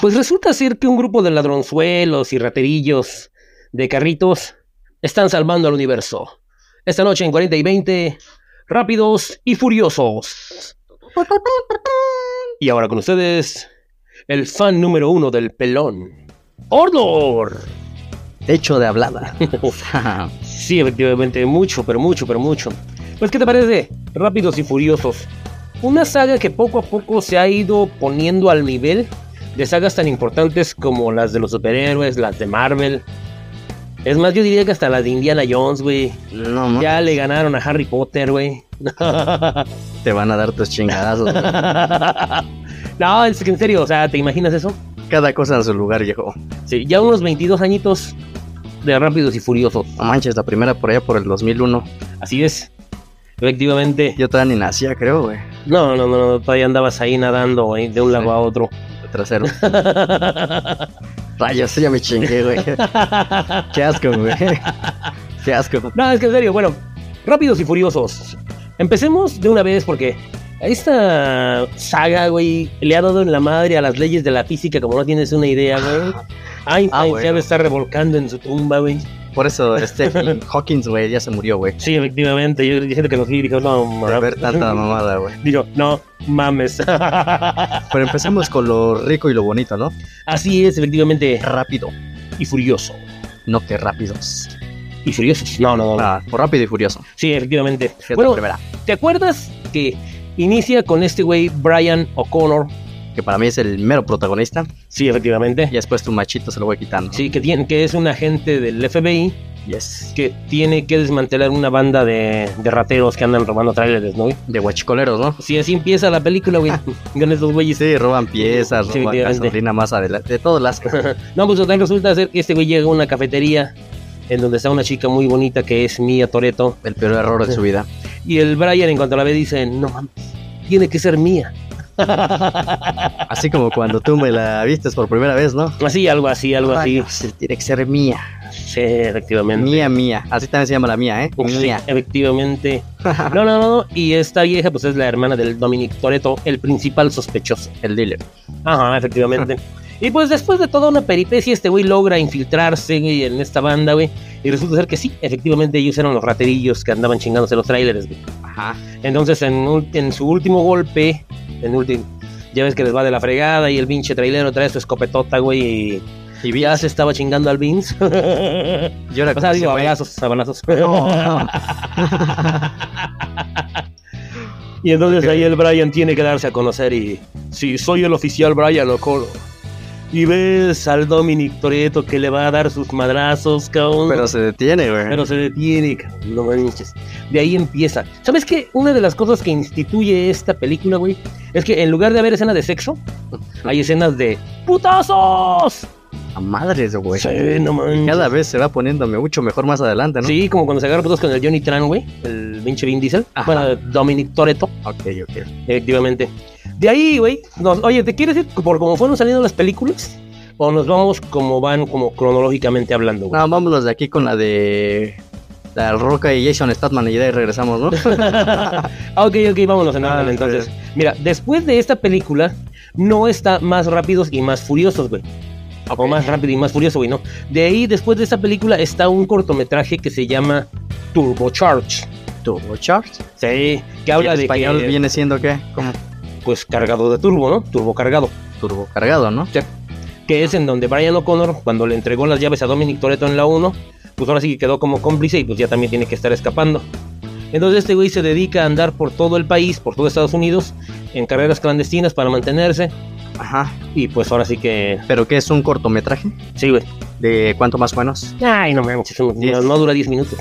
Pues resulta ser que un grupo de ladronzuelos y raterillos de carritos están salvando al universo. Esta noche en 40 y 20, rápidos y furiosos. Y ahora con ustedes, el fan número uno del pelón, Ordor. Techo de hablada. sí, efectivamente, mucho, pero mucho, pero mucho. Pues, ¿qué te parece? Rápidos y furiosos. Una saga que poco a poco se ha ido poniendo al nivel de sagas tan importantes como las de los superhéroes, las de Marvel. Es más, yo diría que hasta las de Indiana Jones, güey. No, ma- Ya le ganaron a Harry Potter, güey. Te van a dar tus chingadazos. güey. no, es que en serio, o sea, ¿te imaginas eso? Cada cosa en su lugar, viejo. Sí, ya unos 22 añitos de Rápidos y Furiosos. No manches, la primera por allá por el 2001. Así es. Efectivamente. Yo todavía ni nacía, creo, güey. No, no, no, no, todavía andabas ahí nadando, güey, de un lado a otro. De Trasero. Rayos, ya me chingué, güey. Qué asco, güey. Qué asco. No, es que en serio, bueno, rápidos y furiosos. Empecemos de una vez porque esta saga, güey, le ha dado en la madre a las leyes de la física, como no tienes una idea, güey. Einstein Ah, bueno. ya me está revolcando en su tumba, güey. Por eso, este Hawkins, güey, ya se murió, güey. Sí, efectivamente, yo diciendo que los dijo, no, De mames. ver tanta mamada, güey. Digo, no mames. Pero empecemos con lo rico y lo bonito, ¿no? Así es, efectivamente, Rápido. y furioso. No que rápidos. Y furiosos. No, no, no. Ah, rápido y furioso. Sí, efectivamente. Que es Bueno, la primera. ¿te acuerdas que inicia con este güey, Brian O'Connor? Que para mí es el mero protagonista. Sí, efectivamente. Y después tu machito se lo voy quitando. Sí, que, tiene, que es un agente del FBI Yes. que tiene que desmantelar una banda de, de rateros que andan robando trailers, ¿no? güey? De guachicoleros, ¿no? Sí, así empieza la película, güey, con estos güeyes. Sí, roban piezas, Sí, roban efectivamente. gasolina más adelante. De todo las No, pues total, resulta ser que este güey llega a una cafetería en donde está una chica muy bonita que es Mia Toreto El peor error de su vida. y el Brian en cuanto la ve dice, no mames, tiene que ser Mía. Así como cuando tú me la vistes por primera vez, ¿no? Así, algo así, algo así. Rayos, Tiene que ser mía. Sí, efectivamente. Mía, mía. Así también se llama la mía, ¿eh? Sí, Mía. efectivamente. No, no, no, no. Y esta vieja, pues es la hermana del Dominic Toreto, el principal sospechoso. El dealer. Ajá, efectivamente. Y pues después de toda una peripecia, este güey logra infiltrarse güey, en esta banda, güey. Y resulta ser que sí, efectivamente ellos eran los raterillos que andaban chingándose los trailers, güey. Ajá. Entonces, en, ul- en su último golpe, en último, ya ves que les va de la fregada y el pinche trailero trae su escopetota, güey. Y Y vi ah, ya se estaba chingando al Vince. o Yo era sea, como digo, a ese balazos, a Ah, balazos. güey. No, no. Y entonces ahí el Brian tiene que darse a conocer y... Sí, soy el oficial Brian O'Connor. Y ves al Dominic Toreto que le va a dar sus madrazos, cabrón. Pero se detiene, güey. Pero se detiene, cabrón, no manches. De ahí empieza. ¿Sabes qué? Una de las cosas que instituye esta película, güey, es que en lugar de haber escenas de sexo, hay escenas de putazos. A madres, güey. Sí, no manches. Cada vez se va poniéndome mucho mejor más adelante, ¿no? Sí, como cuando se agarra putos con el Johnny Tran, güey, el pinche Vin Diesel, Ajá. bueno, Dominic Toretto, Ok, ok. efectivamente. De ahí, güey, nos- oye, ¿te quieres ir por cómo fueron saliendo las películas? ¿O nos vamos como van, como cronológicamente hablando, güey? No, vámonos de aquí con la de. La Roca y Jason Statman y de ahí regresamos, ¿no? Ah, ok, ok, vámonos en Ah, orden, está entonces. Mira, después de esta película, no está más rápidos y más furiosos, güey. O más rápido y más furioso, güey, ¿no? De ahí, después de esta película, está un cortometraje que se llama Turbocharge. Turbo Charge. Sí, que ¿Y habla en de español que, viene siendo qué? Como pues, cargado de turbo, ¿no? Turbo cargado. turbo cargado, ¿no? Que es en donde Brian O'Connor, cuando le entregó las llaves a Dominic Toretto en la 1, pues ahora sí que quedó como cómplice y pues ya también tiene que estar escapando. Entonces este güey se dedica a andar por todo el país, por todo Estados Unidos, en carreras clandestinas para mantenerse. Ajá. Y pues ahora sí que... ¿Pero qué es un cortometraje? Sí, güey. ¿De cuánto más o menos? Ay, no mames, eso no, Diez. no dura 10 minutos.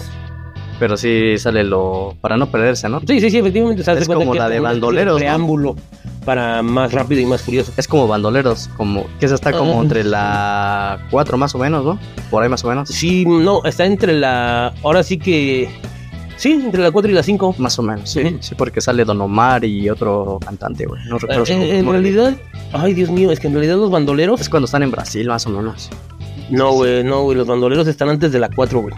Pero sí sale lo. para no perderse, ¿no? Sí, sí, sí, efectivamente. o sea, Es haz cuenta como que la de es una especie bandoleros, ¿no? Preámbulo para más rápido y más furioso. Es como bandoleros, como que esa está como Ah. entre la 4 más o menos, ¿no? Por ahí más o menos. Sí, no, está entre la... Ahora sí que... Sí, entre la 4 y la 5. Más o menos, sí. Ujú. Sí, porque sale Don Omar y otro cantante, güey. No recuerdo. su Ah, en, Eh, en nombre. realidad, ay Dios mío, es que en realidad los bandoleros. Es cuando están en Brasil, más o menos. No, güey, no, güey, los bandoleros están antes de la 4, güey.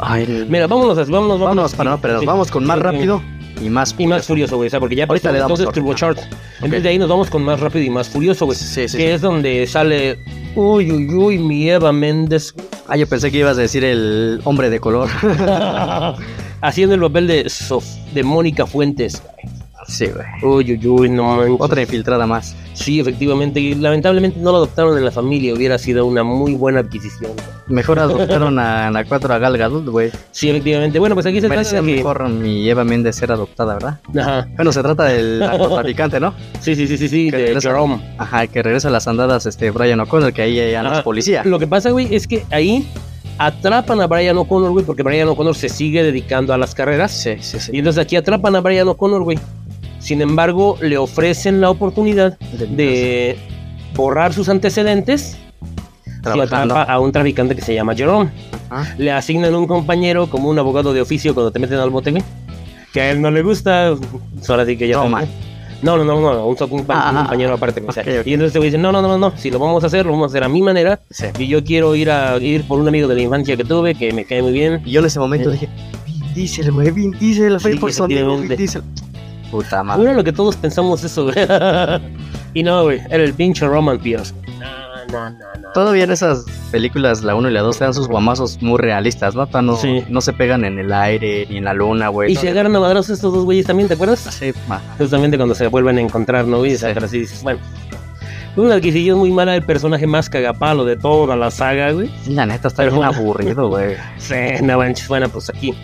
Ay, Mira, vámonos, así, vámonos, vámonos. vámonos para no perdernos. Sí. Vamos con más Sí. rápido Y más. Y más furioso, güey. O sea, porque ya Ahorita pasó, le damos entonces Turbocharge. En vez de ahí nos vamos con más rápido y más furioso, güey. Sí, sí, que sí. es donde sale. Uy, uy, uy, mi Eva Méndez. Ah, yo pensé que ibas a decir el hombre de color. Haciendo el papel de, Sof- de Mónica Fuentes. sí, güey. Uy, uy, uy, no manches. Otra infiltrada más. Sí, efectivamente. y lamentablemente no lo adoptaron en la familia. Hubiera sido una muy buena adquisición. Mejor adoptaron a la 4 a Gal Gadot, güey. Sí, efectivamente. Bueno, pues aquí se trata Merecía de que... mejor mi Eva Méndez ser adoptada, ¿verdad? Ajá. Bueno, se trata del narcotraficante, ¿no? Sí, sí, sí, sí, sí. Que De regresa. Jerome. Ajá, que regresa a las andadas este Brian O'Connell, que ahí ya no Ajá. es policía. Ah, Lo que pasa, güey, es que ahí atrapan a Brian O'Connor, güey, porque Brian O'Connor se sigue dedicando a las carreras. Sí, sí, sí. Y entonces aquí atrapan a Brian O'Connor, güey. Sin embargo, le ofrecen la oportunidad de borrar sus antecedentes y Trabajando. atrapa a un traficante que se llama Jerome. Ajá. Le asignan un compañero como un abogado de oficio cuando te meten al bote, güey. Que a él no le gusta, ahora sí que ya Toma. saben, No, no, no, no, un, un Ah, un ah, compañero aparte. güey, o sea, ok, ok. Y entonces, güey, dicen, no, no, no, no, si lo vamos a hacer, lo vamos a hacer a mi manera. Sí. Y yo quiero ir a ir por un amigo de la infancia que tuve, que me cae muy bien. Y yo en ese momento dije, Vin Diesel, güey, Vin Diesel, fue Eh. Sí, por su amigo Vin efectivamente. Diesel. Puta madre. Bueno, lo que todos pensamos eso, güey. y no, güey, era el pinche Roman Pierce. No, no, no, no. Todavía en esas películas, la 1 y la 2, te dan sus guamazos muy realistas, ¿no? Todavía No, Sí. no se pegan en el aire, ni en la luna, güey. Y se agarran a madrazos estos dos güeyes también, ¿te acuerdas? Sí, ma. Justamente cuando se vuelven a encontrar, ¿no? Y Sí. esa frase dices, bueno. Una adquisición muy mala del personaje más cagapalo de toda la saga, güey. Sí, La neta está Pero bien bueno. aburrido, güey. Sí, no manches, bueno, pues aquí.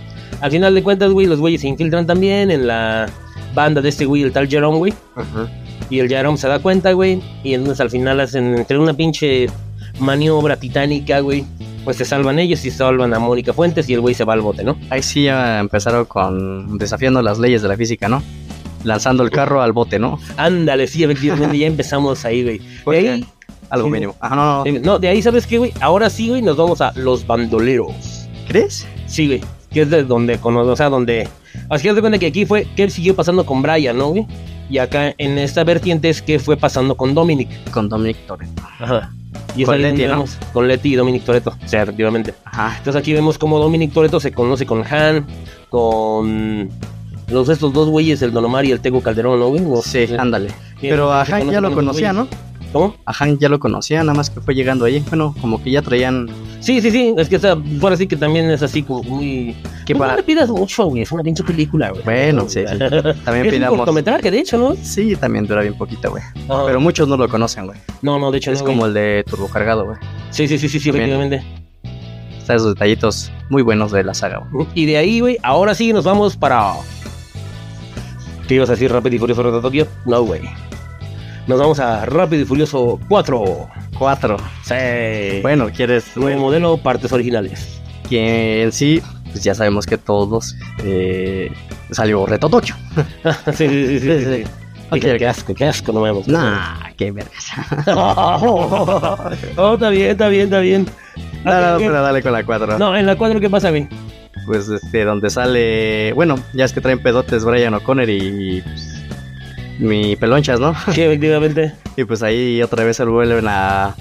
Al final de cuentas, güey, los güeyes se infiltran también en la banda de este güey, el tal Jerome, güey. Y el Jerome se da cuenta, güey. Y entonces al final hacen entre una pinche maniobra titánica, güey. Pues se salvan ellos y salvan a Mónica Fuentes y el güey se va al bote, ¿no? Ahí sí ya empezaron con desafiando las leyes de la física, ¿no? Lanzando el carro al bote, ¿no? Ándale, sí, efectivamente, ya empezamos ahí, güey. De Porque- ahí, Algo Sí. mínimo. Ah, no, no, no. de- no, de ahí, ¿sabes qué, güey? Ahora sí, güey, nos vamos a Los Bandoleros. ¿Crees? Sí, güey. Que es de donde conoce, o sea, donde. Así que haz de cuenta que aquí fue que él siguió pasando con Brian, ¿no, güey? Y acá en esta vertiente es que fue pasando con Dominic. Con Dominic Toretto. Ajá. Y es Con ahí donde Letty, ¿no? vemos- Con Letty y Dominic Toreto. O sea, efectivamente. Ajá. Entonces aquí vemos cómo Dominic Toreto se conoce con Han, con. Los estos dos güeyes, el Don Omar y el Tego Calderón, ¿no, güey? O- Sí, ándale. que- Pero a se Hank conoce ya lo con esos conocía, güeyes. ¿no? ¿Cómo? A Hank ya lo conocía, nada más que fue llegando ahí. Bueno, como que ya traían. Sí, sí, sí. Es que esa, ahora sí que también es así como muy. Pues Que no, no para. le pidas mucho, güey. Es una pinche película, güey. Bueno, sí, sí. También Es un pidamos. cortometraje, de hecho, ¿no? Sí, también dura bien poquito, güey. Ajá. Pero muchos no lo conocen, güey. No, no, de hecho Es no, güey. como el de Turbocargado, güey. Sí, sí, sí, sí, sí, Bien. efectivamente. Está esos detallitos muy buenos de la saga, güey. Y de ahí, güey, ahora sí nos vamos para... ¿Qué ibas a decir Rápido y Furioso Reto Tokio? No, güey. Nos vamos a Rápido y Furioso 4. Cuatro. Sí. Bueno, quieres. Nuevo modelo, partes originales. que en sí, pues ya sabemos que todos eh, salió Reto Tokio. sí, sí, sí, sí, sí. Ok, Híjole, ok. Qué asco, qué asco, no me vamos. Nah, qué vergas. oh, está bien, está bien, está bien. No, no, Ok, ok. pero dale con la cuatro. No, en la 4, ¿qué pasa, güey? Pues este, donde sale. Bueno, ya es que traen pedotes Brian O'Connor y. pues, mi pelonchas, ¿no? Sí, efectivamente. Y pues ahí otra vez se vuelven a.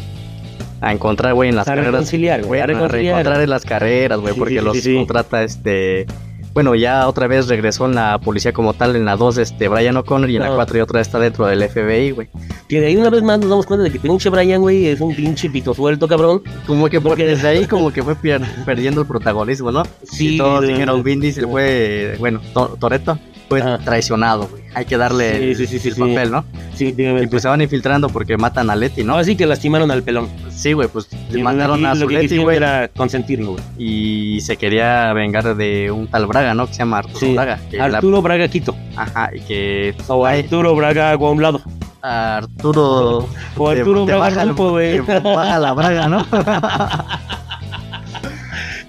A encontrar, güey, en las a carreras. reconciliar, güey. Bueno, A a reconciliar. reencontrar en las carreras, güey, Sí, porque sí, sí, los sí. contrata este. Bueno, ya otra vez regresó en la policía como tal, en la 2, este, Brian O'Connor, y en la Ah. 4 y otra está dentro del FBI, güey. Que de ahí una vez más nos damos cuenta de que pinche Brian, güey, es un pinche pito suelto, cabrón. Como que porque Porque- desde ahí como que fue pier- perdiendo el protagonismo, ¿no? Sí, y todos de- dijeron, Vin Diesel fue, bueno, to Toreto fue Ajá. traicionado, güey. Hay que darle Sí, el- sí, sí, sí, el sí. papel, ¿no? Sí, Y pues efectivamente. se van infiltrando porque matan a Letty, ¿no? Así que lastimaron al pelón. Sí, güey, pues Y le mandaron aquí a su Ah, Lo que Letty, quisieron güey, era consentirlo, güey. y se quería vengar de un tal Braga, ¿no? Que se llama Arturo Sí. Braga. que Eh, la- Arturo Braga Quito. Ajá, y que O Ay. Arturo Braga a un lado. Arturo. O te- Arturo te Braga baja- Campo, güey. te baja la braga, ¿no?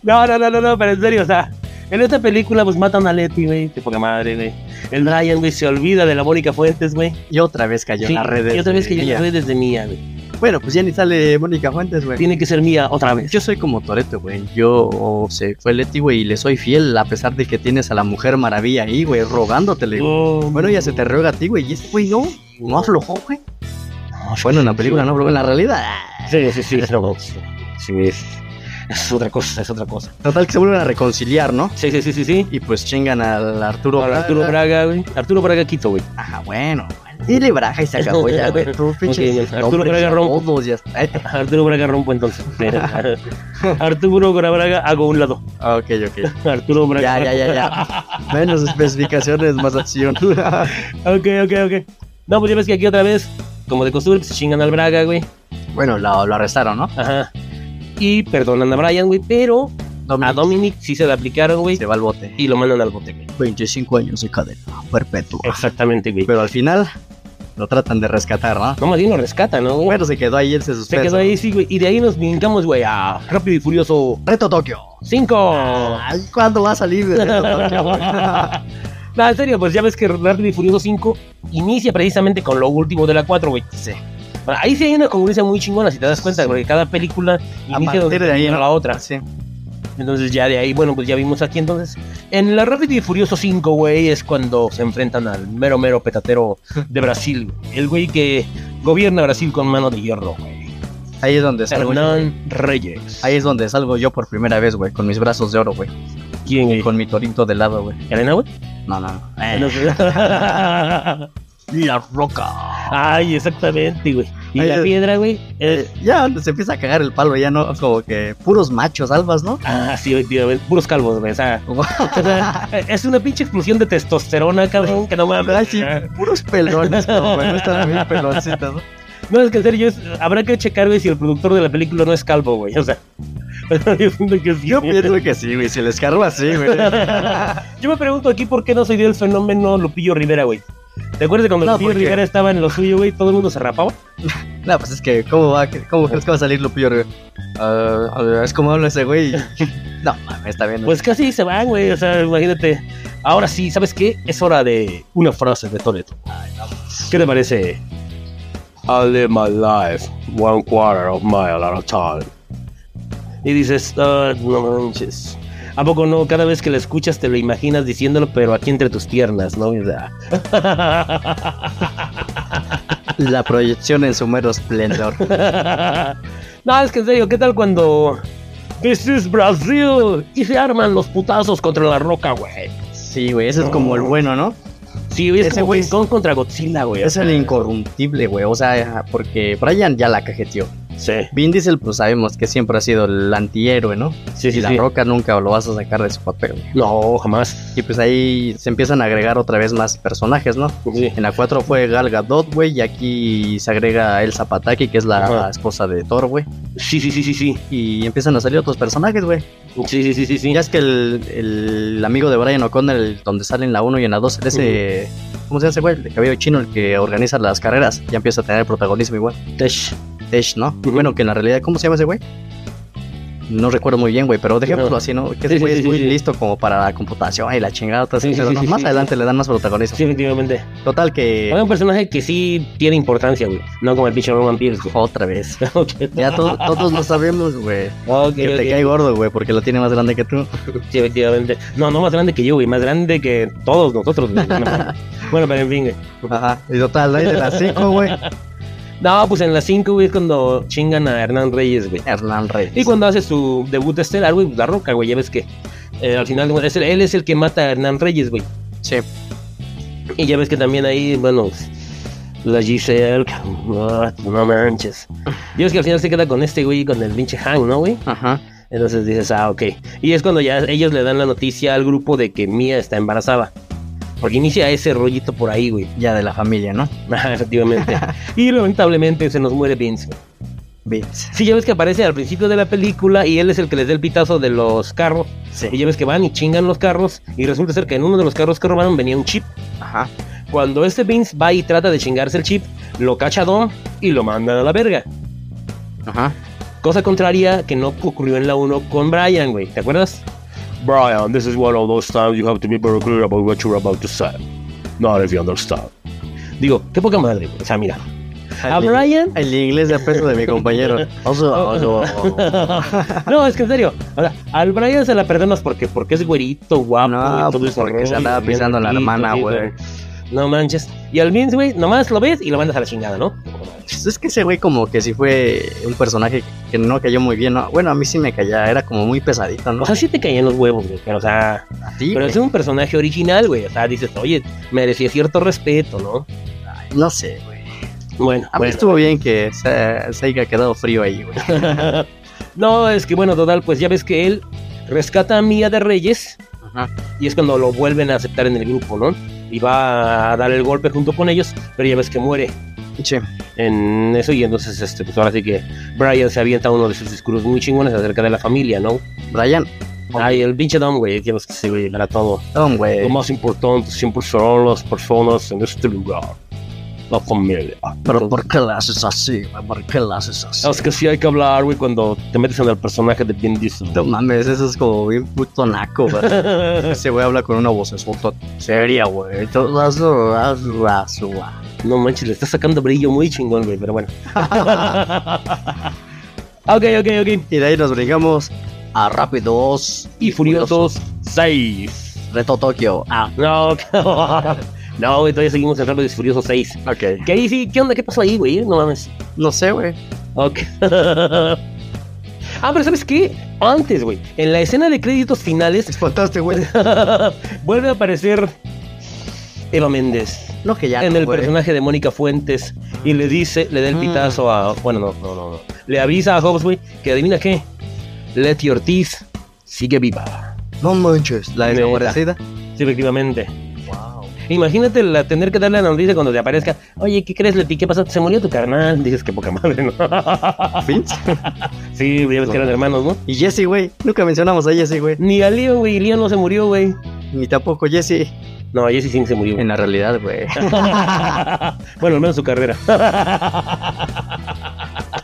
No, no, no, no, no, pero en serio, o sea. En esta película, pues matan a Leti, güey. Qué poca madre, güey. El Brian, güey, se olvida de la Mónica Fuentes, güey. Y otra vez cayó Sí, en las redes. y otra vez que de yo Mía. la red desde mía, güey. Bueno, pues ya ni sale Mónica Fuentes, güey. Tiene que ser mía otra vez. Yo soy como Toreto, güey. Yo oh, se fue Leti, güey, y le soy fiel a pesar de que tienes a la Mujer Maravilla ahí, güey, rogándotele. güey. Oh, Bueno, ya se te ruega a ti, güey. Y este güey no, no aflojó, güey. No, Bueno, en la película no, pero en la realidad. ah, Sí, sí, sí, no, sí, sí, es. Es otra cosa, es otra cosa. Total que se vuelven a reconciliar, ¿no? Sí, sí, sí, sí, sí. Y pues chingan al Arturo. Ahora, Arturo Braga, Braga. güey. Arturo Braga Quito, güey. Ajá, bueno. Dile Braga y se acabó ya, güey. Tú, pinches Arturo nombres Braga a Ronco. todos, ya está. Arturo Braga rompo entonces. Arturo Braga hago un lado. Ah, Ok, ok. Arturo Braga. Ya, ya, ya, ya. Menos especificaciones, más acción. Ok, ok, ok. No, pues ya ves que aquí otra vez, como de costumbre, se chingan al Braga, güey. bueno, lo, lo arrestaron, ¿no? Ajá. Y perdonan a Brian, güey, pero Dominic a Dominic sí se le aplicaron, güey. se va al bote. Y lo mandan al bote, güey. 25 años de cadena perpetua. Exactamente, güey. Pero al final lo tratan de rescatar, ¿no? No, más bien lo rescata, ¿no? güey? Bueno, se quedó ahí, él se se suspendió. quedó ahí, sí, güey. Y de ahí nos brincamos, güey, a Rápido y Furioso Reto Tokio. 5. Ay, ¿cuándo va a salir de Reto Tokio? güey? No, en serio, pues ya ves que Rápido y Furioso 5 inicia precisamente con lo último de la 4, güey. sí. Bueno, Ahí sí hay una congruencia muy chingona, si te das cuenta, porque cada película A inicia partir donde de ahí, termina ¿no? la otra. Sí. Entonces ya de ahí, bueno, pues ya vimos aquí entonces. En la Rápido y Furioso 5, güey, es cuando se enfrentan al mero mero petatero de Brasil. güey. El güey que gobierna Brasil con mano de hierro, güey. Ahí es donde salgo yo. Hernán Reyes. Ahí es donde salgo yo por primera vez, güey, con mis brazos de oro, güey. ¿Quién, güey? Con mi torito de lado, güey. ¿Elena, güey? No, no, no. Eh, No sé. La roca. Ay, exactamente, güey. Y Ahí la es- piedra, güey, es... Eh, ya donde se empieza a cagar el palo, ya no, como que puros machos albas, ¿no? Ah, sí, efectivamente. Puros calvos, güey. O sea, o sea, es una pinche explosión de testosterona, cabrón, que no mames. Ah. Ay, sí, puros pelones, pero bueno, están bien peloncitos, ¿no? No, es que en serio, es- habrá que checar, güey, si el productor de la película no es calvo, güey. O sea, yo siento que sí. Yo pienso que sí, güey, si les cargo así, güey. Yo me pregunto aquí por qué no se dio el fenómeno Lupillo Rivera, güey. ¿Te acuerdas de cuando No, Lupillo ¿por qué? Rivera estaba en lo suyo, güey? Todo el mundo se rapaba. No, pues es que, ¿cómo, va, ¿cómo crees que va a salir Lupillo? güey? Ah, ah, es como habla ese güey. No, mames, está bien. Pues casi se van, güey. O sea, imagínate. Ahora sí, ¿sabes qué? Es hora de una frase de Toreto. ¿Qué te parece? I live my life one quarter of mile at a time. Y dices, ah, no manches. ¿A poco no? Cada vez que la escuchas te lo imaginas diciéndolo, pero aquí entre tus piernas, ¿no? O sea, La proyección en su mero esplendor. no, es que en serio, ¿qué tal cuando... This is Brasil. Y se arman los putazos contra la roca, güey. Sí, güey, ese es como el bueno, ¿no? Sí, es Ese como güey King Kong contra Godzilla, güey. Es el incorruptible, güey. O sea, porque Brian ya la cajeteó. Sí, Vin Diesel, pues sabemos que siempre ha sido el antihéroe, ¿no? sí, y sí. la sí. roca nunca lo vas a sacar de su papel. güey. No, jamás. Y pues ahí se empiezan a agregar otra vez más personajes, ¿no? Sí. En la 4 fue Gal Gadot, güey, y aquí se agrega el Zapataki, que es la Ajá. esposa de Thor, güey. Sí, sí, sí, sí, sí. Y empiezan a salir otros personajes, güey. Sí, sí, sí, sí, sí. Ya es que el, el amigo de Brian O'Connor, el- donde sale en la 1 y en la 2, ese... ¿Cómo se llama ese güey? El de cabello chino, el que organiza las carreras. Ya empieza a tener protagonismo igual. Tesh. Tesh, ¿no? Ujú. Bueno, que en la realidad, ¿cómo se llama ese güey? No recuerdo muy bien, güey, pero dejémoslo Ajá. así, ¿no? Que Sí, ese sí, güey sí, es sí, muy sí. listo como para la computación y la chingada, todo así, Sí, sí, pero sí, no, sí, más sí. adelante le dan más protagonismo. Sí, efectivamente. Total que... Hay un personaje que sí tiene importancia, güey. No como el pinche Roman Pierce, güey. Otra vez. Ok. Ya to- todos lo sabemos, güey. Ok, Que te ok. cae gordo, güey, porque lo tiene más grande que tú. Sí, efectivamente. No, no más grande que yo, güey. Más grande que todos nosotros, güey. No mames. bueno, pero en fin, güey. Ajá. Y total, ahí de las cinco, güey. No, pues en las 5, güey, es cuando chingan a Hernán Reyes, güey. Hernán Reyes. Y cuando hace su debut estelar, güey, La Roca, güey, ya ves que eh, al final, güey, es el- él es el que mata a Hernán Reyes, güey. Sí. Y ya ves que también ahí, bueno, la Giselle, no, no manches. Y es que al final se queda con este güey, con el pinche Hank, ¿no, güey? Ajá. Entonces dices, ah, ok. Y es cuando ya ellos le dan la noticia al grupo de que Mia está embarazada. Porque inicia ese rollito por ahí, güey. Ya de la familia, ¿no? Ajá, Efectivamente. y lamentablemente se nos muere Vince. güey. Vince. Sí, ya ves que aparece al principio de la película y él es el que les da el pitazo de los carros. Y Sí. ya ves que van y chingan los carros. Y resulta ser que en uno de los carros que robaron venía un chip. Ajá. Cuando este Vince va y trata de chingarse el chip, lo cacha a Dom y lo mandan a la verga. Ajá. Cosa contraria que no ocurrió en la 1 con Brian, güey. ¿Te acuerdas? Brian, this is one of those times you have to be very clear about what you're about to say. Not if you understand. Digo, qué poca madre, güey. O sea, mira. A El- Brian. Oh, El inglés de peso de mi compañero. Oso, oso, oso. No, es que en serio. O sea, al Brian se la perdonas porque, porque es güerito, guapo. No, pues, y todo ese porque se rollo, andaba bien pisando la riquito, hermana, sí, güey. No manches. Y al Vince, güey, nomás lo ves y lo mandas a la chingada, ¿no? Pues es que ese güey como que sí fue un personaje que no cayó muy bien, ¿no? Bueno, a mí sí me caía, era como muy pesadito, ¿no? O sea, Ah, sí te caían los huevos, güey, pero o sea, A ti, pero güey, es un personaje original, güey. O sea, dices, oye, merecía cierto respeto, ¿no? no sé, güey. Bueno, A mí bueno. estuvo bien que se, se haya quedado frío ahí, güey. no, es que bueno, total, pues ya ves que él rescata a Mía de Reyes Ajá. y es cuando lo vuelven a aceptar en el grupo, ¿no? Y va a dar el golpe junto con ellos, pero ya ves que muere Che, en eso y entonces, este, pues ahora sí que Brian se avienta uno de sus discursos muy chingones acerca de la familia, ¿no? Brian, Ay, el pinche Dom, güey, ya ves que sí, güey, era todo. don, Lo güey. más importante siempre serán las personas en este lugar, la familia. Pero ¿por qué la haces así, güey? ¿Por qué la haces así? Es que sí hay que hablar, güey, cuando te metes en el personaje de Vin Diesel. No mames, eso es como bien puto naco, güey. Ese güey habla con una voz seria, güey. Todo hazlo, hazlo, hazlo. No manches, le está sacando brillo muy chingón, güey, pero bueno. ok, ok, ok. Y de ahí nos brincamos a Rápidos Y Furiosos 6. Reto Tokio. Ah, No, no, güey, todavía seguimos en Rápidos y Furiosos 6. ok. ¿Qué ahí sí? ¿Qué onda? ¿Qué pasó ahí, güey? No mames. No sé, güey. Ok. ah, pero ¿sabes qué? Antes, güey, en la escena de créditos finales, Espantaste, güey. vuelve a aparecer Eva Méndez. No, que ya. en no, el güey. personaje de Mónica Fuentes y le dice, le da el pues. Mm. pitazo a. Bueno, no, no, no. no. Le avisa a Hobbs, güey, que adivina qué. Letty Ortiz sigue viva. No manches. La Neta. desfavorecida. Sí, efectivamente. Wow. Imagínate la, tener que darle la noticia cuando te aparezca. Oye, ¿qué crees, Letty? ¿Qué pasó? Se murió tu carnal. Dices que poca madre, ¿no? Vince. sí, ya ves que eran hermanos, ¿no? Y Jesse, güey. Nunca mencionamos a Jesse, güey. Ni a Leo, güey. Leo no se murió, güey. Ni tampoco Jesse. No, Jesse sí se murió. güey. En la realidad, güey. bueno, al menos su carrera.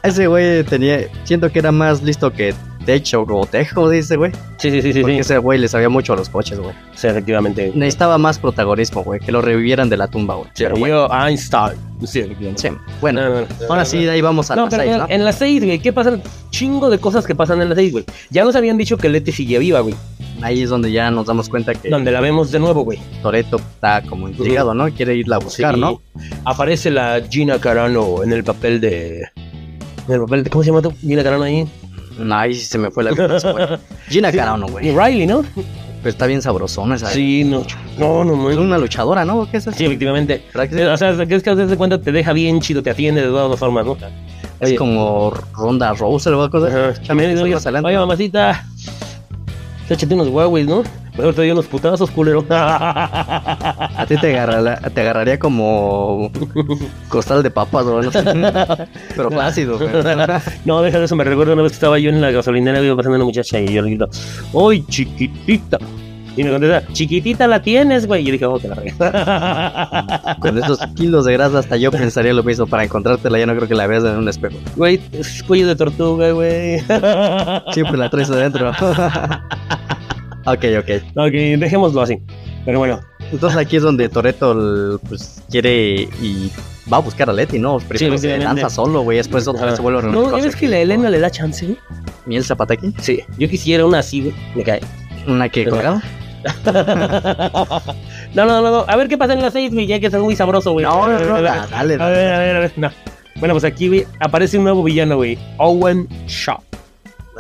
Ese güey tenía. Siento que era más listo que Techo o Tejo, dice, güey. sí, sí, sí, sí. Porque sí. ese güey le sabía mucho a los coches, güey. Sí, efectivamente. Necesitaba más protagonismo, güey. Que lo revivieran de la tumba, güey. Se Pero, güey, murió Einstein. Sí, efectivamente. sí. Bueno, No, no, no, no, ahora no, sí, de ahí vamos a No, las pero eh, seis, en- ¿no? en las seis, güey, ¿qué pasan? Chingo de cosas que pasan en las seis, güey. Ya nos habían dicho que Letty sigue viva, güey. Ahí es donde ya nos damos cuenta que Donde la vemos de nuevo, güey. Toreto está como intrigado, ¿no? Quiere irla a buscar, Sí. ¿no? Aparece la Gina Carano en el papel de. En el papel de. ¿Cómo se llama tú? Gina Carano ahí? No, Ahí sí se me fue la cabeza, güey. Gina Carano, Y güey. Riley, ¿no? Pero está bien sabrosona esa. Sí, no. No, no, Es no. pues, una luchadora, ¿no? ¿Qué es eso? Sí, efectivamente. ¿Verdad que sí? O sea, que es que a veces de cuenta te deja bien chido, te atiende de todas formas, ¿no? Es como Ronda Rousey o algo así. Ajá. También le digo, Más adelante. oye, mamacita. Échate unos Huawei, ¿no? Mejor te dio unos putazos, culero. A ti te, agarra- te agarraría como costal de papas, güey. no sé. Pero flácido, güey. No, deja de eso, me recuerdo una vez que estaba yo en la gasolinera, iba pasando una muchacha y yo le grito, ¡Uy, chiquitita! Y me contesta, chiquitita la tienes, güey. Y yo dije, oh, te la regué. Con esos kilos de grasa hasta yo pensaría lo mismo. Para encontrártela ya no creo que la veas en un espejo. Güey, es cuello de tortuga, güey. Siempre la traes adentro. ok, ok. ok, dejémoslo así. Pero bueno, Entonces aquí es donde Toreto pues, quiere y va a buscar a Leti, ¿no? Primero se efectivamente. lanza solo, güey, después otra vez se vuelve a reunir. no, ¿ya ves que la Elena le da chance, güey? Miel Zapataki, Sí, yo quisiera una así, güey. Me cae. una que Pero- colgaba. No, no, no, no. A ver qué pasa en las seis, güey, ya que es muy sabroso, güey. No, no, no, da- dale. A ver, a ver, a ver, no. Bueno, pues aquí güey, aparece un nuevo villano, güey. Owen Shaw.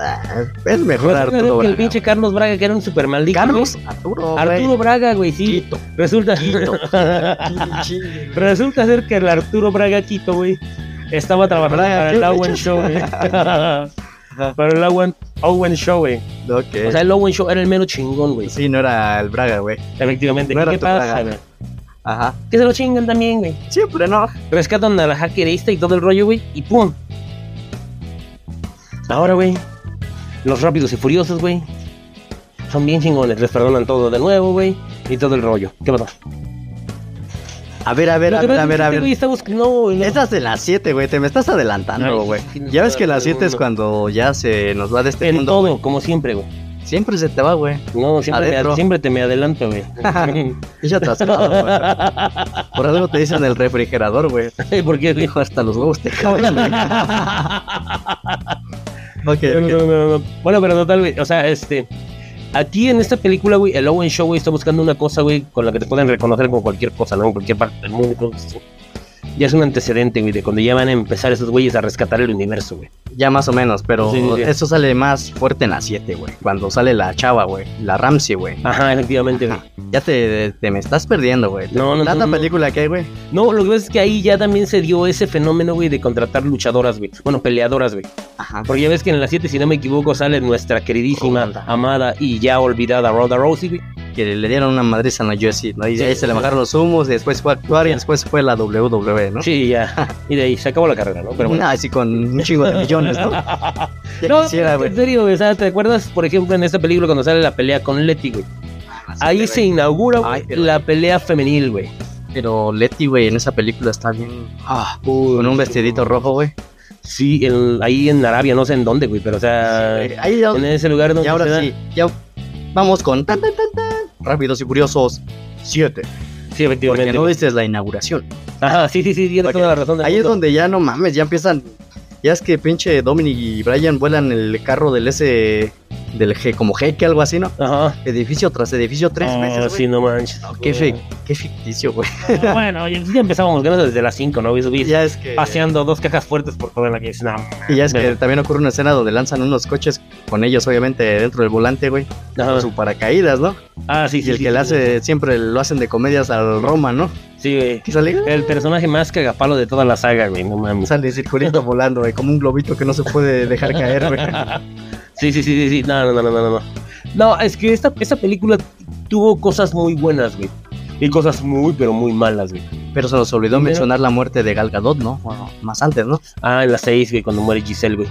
Ah, Es mejor Resulta Arturo que el Braga. pinche Carlos Braga, que era un super maldito. Carlos Arturo, güey. Arturo Braga, güey, sí. Quito, Resulta. Quito. Chingue, güey. Resulta ser que el Arturo Braga Quito, güey, estaba trabajando Braga, para ¿qué el le Owen echas? Show, güey. para el Owen, Owen Show, güey. Ok. O sea, el Owen Show era el mero chingón, güey. sí, no era el Braga, güey. Efectivamente. No ¿Y era ¿Qué tu pasa, Braga. güey? Ajá. Que se lo chingan también, güey. Siempre no. rescatan a la hackerista y todo el rollo, güey, y ¡pum! Ahora, güey, los rápidos y furiosos, güey, son bien chingones, les perdonan todo de nuevo, güey, y todo el rollo. ¿Qué pasa? A ver, a ver, a ver, a ver, a ver. este Está buscando, no, no. Esas de las 7, güey, te me estás adelantando, Ay, güey. sí, Ya ves que no, las 7 es no. cuando ya se nos va de este en mundo. todo, como siempre, güey. Siempre se te va, güey. No, siempre, me, Adentro. siempre te me adelanto, güey. Y ya atrasado, güey. Por algo te dicen el refrigerador, güey. ¿Por qué, güey? Dijo hasta los huevos te caben. güey. ok, No, ok. no, no, no, no. Bueno, pero total, güey, o sea, este... Aquí en esta película, güey, el Owen Show, güey, está buscando una cosa, güey, con la que te pueden reconocer como cualquier cosa, ¿no? En cualquier parte del mundo. creo que sí. Ya es un antecedente, güey, de cuando ya van a empezar esos güeyes a rescatar el universo, güey. Ya más o menos, pero Sí, sí, sí. eso sale más fuerte en la 7, güey. Cuando sale la chava, güey. La Ramsey, güey. Ajá, efectivamente, güey. Ya te, te me estás perdiendo, güey. No, no, Tanta no, no. película que hay, güey. No, lo que pasa es que ahí ya también se dio ese fenómeno, güey, de contratar luchadoras, güey. Bueno, peleadoras, güey. Ajá. Porque ya ves que en las 7, si no me equivoco, sale nuestra queridísima, Ronda. amada y ya olvidada Ronda Rousey, güey. Que le dieron una madriza a la UFC, ¿no? Y Sí. ahí se le bajaron los humos, y después fue a actuar y después fue a la WWE, ¿no? Sí, ya. Y de ahí se acabó la carrera, ¿no? Pero bueno. Nah, así Ah, con un chingo de millones, ¿no? Ya No, quisiera, güey. en serio, güey, o sea, ¿te acuerdas, por ejemplo, en esta película cuando sale la pelea con Letty, güey? Ahí se inaugura güey, Ay, pero- la pelea femenil, güey. Pero Letty, güey, en esa película está bien. Ah, con un vestidito rojo, güey. Sí, en- ahí en Arabia, no sé en dónde, güey, pero o sea, Eh, Ahí ya, en ese lugar donde y se ahora dan- sí, ya vamos con tan, tan, tan, tan. Rápidos y curiosos. Siete. sí, Porque efectivamente. no viste la inauguración. Ajá, sí, sí, sí, tienes Porque toda la razón. del Ahí es mundo. donde ya no mames, ya empiezan. Ya es que pinche Dominic y Brian vuelan el carro del ese. Del G, como G, que algo así, ¿no? Ajá. Edificio tras edificio tres Ah, veces. güey. sí, no manches. No, qué, fe- qué ficticio, güey. Ah, bueno, ya ya empezábamos ganando desde las 5, ¿no? Eso, güey, Ya es que. Paseando dos cajas fuertes por toda la que es nada. Y ya es que Pero- también ocurre una escena donde lanzan unos coches con ellos, obviamente, dentro del volante, güey. Ajá. Con su paracaídas, ¿no? Ah, sí, sí. Y el sí, que sí, le hace, siempre lo hacen de comedias al Roma, ¿no? Sí, güey. Que sale, El personaje más cagapalo de toda la saga, güey, no mames. sale circulito volando, güey, como un globito que no se puede dejar caer, güey. Sí, sí, sí, sí, sí. No, no, no, no, no, no. No, es que esta, esta película tuvo cosas muy buenas, güey. Y cosas muy, pero muy malas, güey. Pero se nos olvidó Primero- mencionar la muerte de Gal Gadot, ¿no? Bueno, más antes, ¿no? Ah, en la 6, güey, cuando muere Giselle, güey.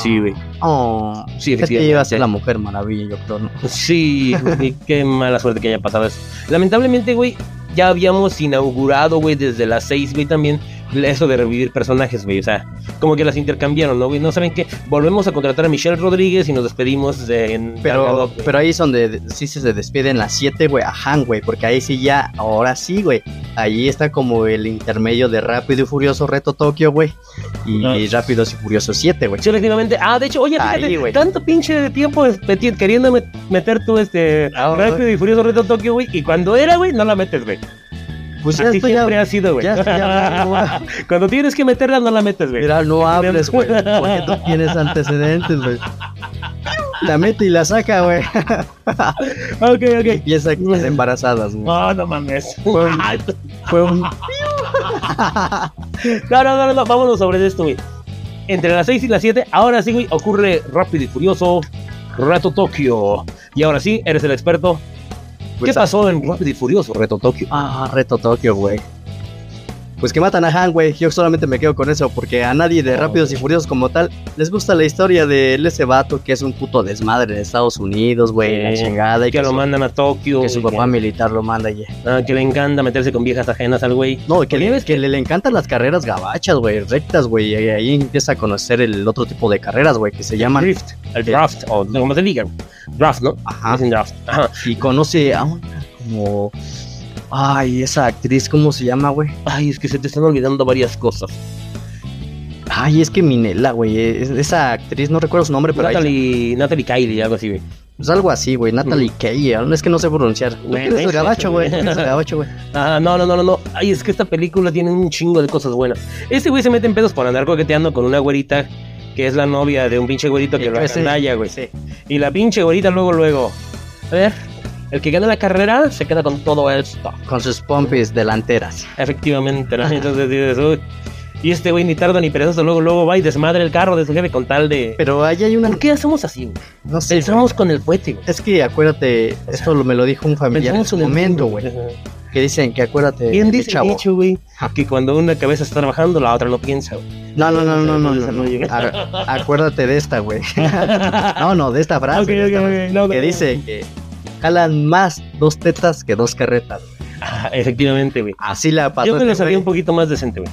Sí, güey. Oh, Sí, es que efectivamente. iba a ser la mujer maravilla, yo creo, ¿no? Pues Sí, y qué mala suerte que haya pasado eso. Lamentablemente, güey, ya habíamos inaugurado, güey, desde las 6, güey, también eso de revivir personajes, güey. O sea, como que las intercambiaron, ¿no, güey? No saben qué. Volvemos a contratar a Michelle Rodríguez y nos despedimos de... en- Gal Pero, Gadot, güey. pero ahí es donde de- sí se se despiden las 7, güey, a Han, güey, porque ahí sí ya, ahora sí, güey. Ahí está como el intermedio de Rápido y Furioso Reto Tokio, güey, y, Ah. y Rápidos y Furiosos 7, güey. Sí, efectivamente. Ah, de hecho, oye, Ahí, fíjate, güey. tanto pinche tiempo meti- queriendo met- meter tú este Ah, güey. rápido y furioso reto Tokio, güey, y cuando era, güey, no la metes, güey. Pues ya Así estoy ya, siempre ha sido, güey. ya estoy hablando. cuando tienes que meterla, no la metes, güey. Mira, no hables, güey, porque tú tienes antecedentes, güey. La mete y la saca, güey. Ok, Y ok. empieza con las embarazadas, güey. No, no mames. Fue un- Ay, fue un- no, no, no, no, vámonos sobre esto, güey. Entre las 6 y las 7, ahora sí, güey, ocurre rápido y furioso reto Tokio. Y ahora sí, eres el experto. ¿Qué Pues, pasó en Rápido y Furioso Reto Tokio? Ah, Reto Tokio, güey. Pues que matan a Han, güey. Yo solamente me quedo con eso, porque a nadie de Rápidos y Furiosos como tal les gusta la historia de ese vato que es un puto desmadre en Estados Unidos, güey, la Sí, chingada. Y Que que, lo su, mandan a Tokio. que su güey, papá militar lo manda, y- Ah, que le encanta meterse con viejas ajenas al güey. No, que, Porque le, ves que le, le encantan las carreras gabachas, güey, rectas, güey. Y ahí empieza a conocer el otro tipo de carreras, güey, que se llaman. eh, Drift, el draft, o no, como se diga. Draft, ¿no? Ajá. Dicen draft. Ajá. Y conoce a una como. Ay, esa actriz, ¿cómo se llama, güey? Ay, es que se te están olvidando varias cosas. Ay, es que Minela, güey. es- Esa actriz, no recuerdo su nombre, pero ahí Natalie, Natalie Kylie, algo así, güey. Pues algo así, güey. Mm. Natalie Kaye. aún Es que no sé pronunciar. Tú Güey, que eres eso, gabacho, eso, güey. güey. tú que eres gabacho, güey. Ah, no, no, no, no, no. Ay, es que esta película tiene un chingo de cosas buenas. Este güey se mete en pedos por andar coqueteando con una güerita que es la novia de un pinche güerito que El lo que- sí, acandalla, güey. sí. Y la pinche güerita luego, luego. A ver, el que gana la carrera se queda con todo esto. Con sus pompis delanteras. Efectivamente, ¿no? Entonces dices, uy. Y este güey ni tarda ni perezoso, luego, luego va y desmadre el carro de su jefe con tal de. Pero ahí hay una. ¿Por qué hacemos así, güey? No sé. Pensamos con el fuete, güey. güey. Es que acuérdate, esto lo- me lo dijo un familiar en Pensamos su en el momento, mundo, güey. Eh, Que dicen que acuérdate. Bien mi dice el dicho, güey, que cuando una cabeza está trabajando, la otra no piensa, güey. No, no, no, no, no. no, No llega. A- acuérdate de esta, güey. no, no, de esta frase. Ok, de esta ok, frase, ok, no, no. que dice que jalan más dos tetas que dos carretas. Ah, efectivamente, güey. Así la pasó. Yo que lo este sabía un güey. poquito más decente, güey.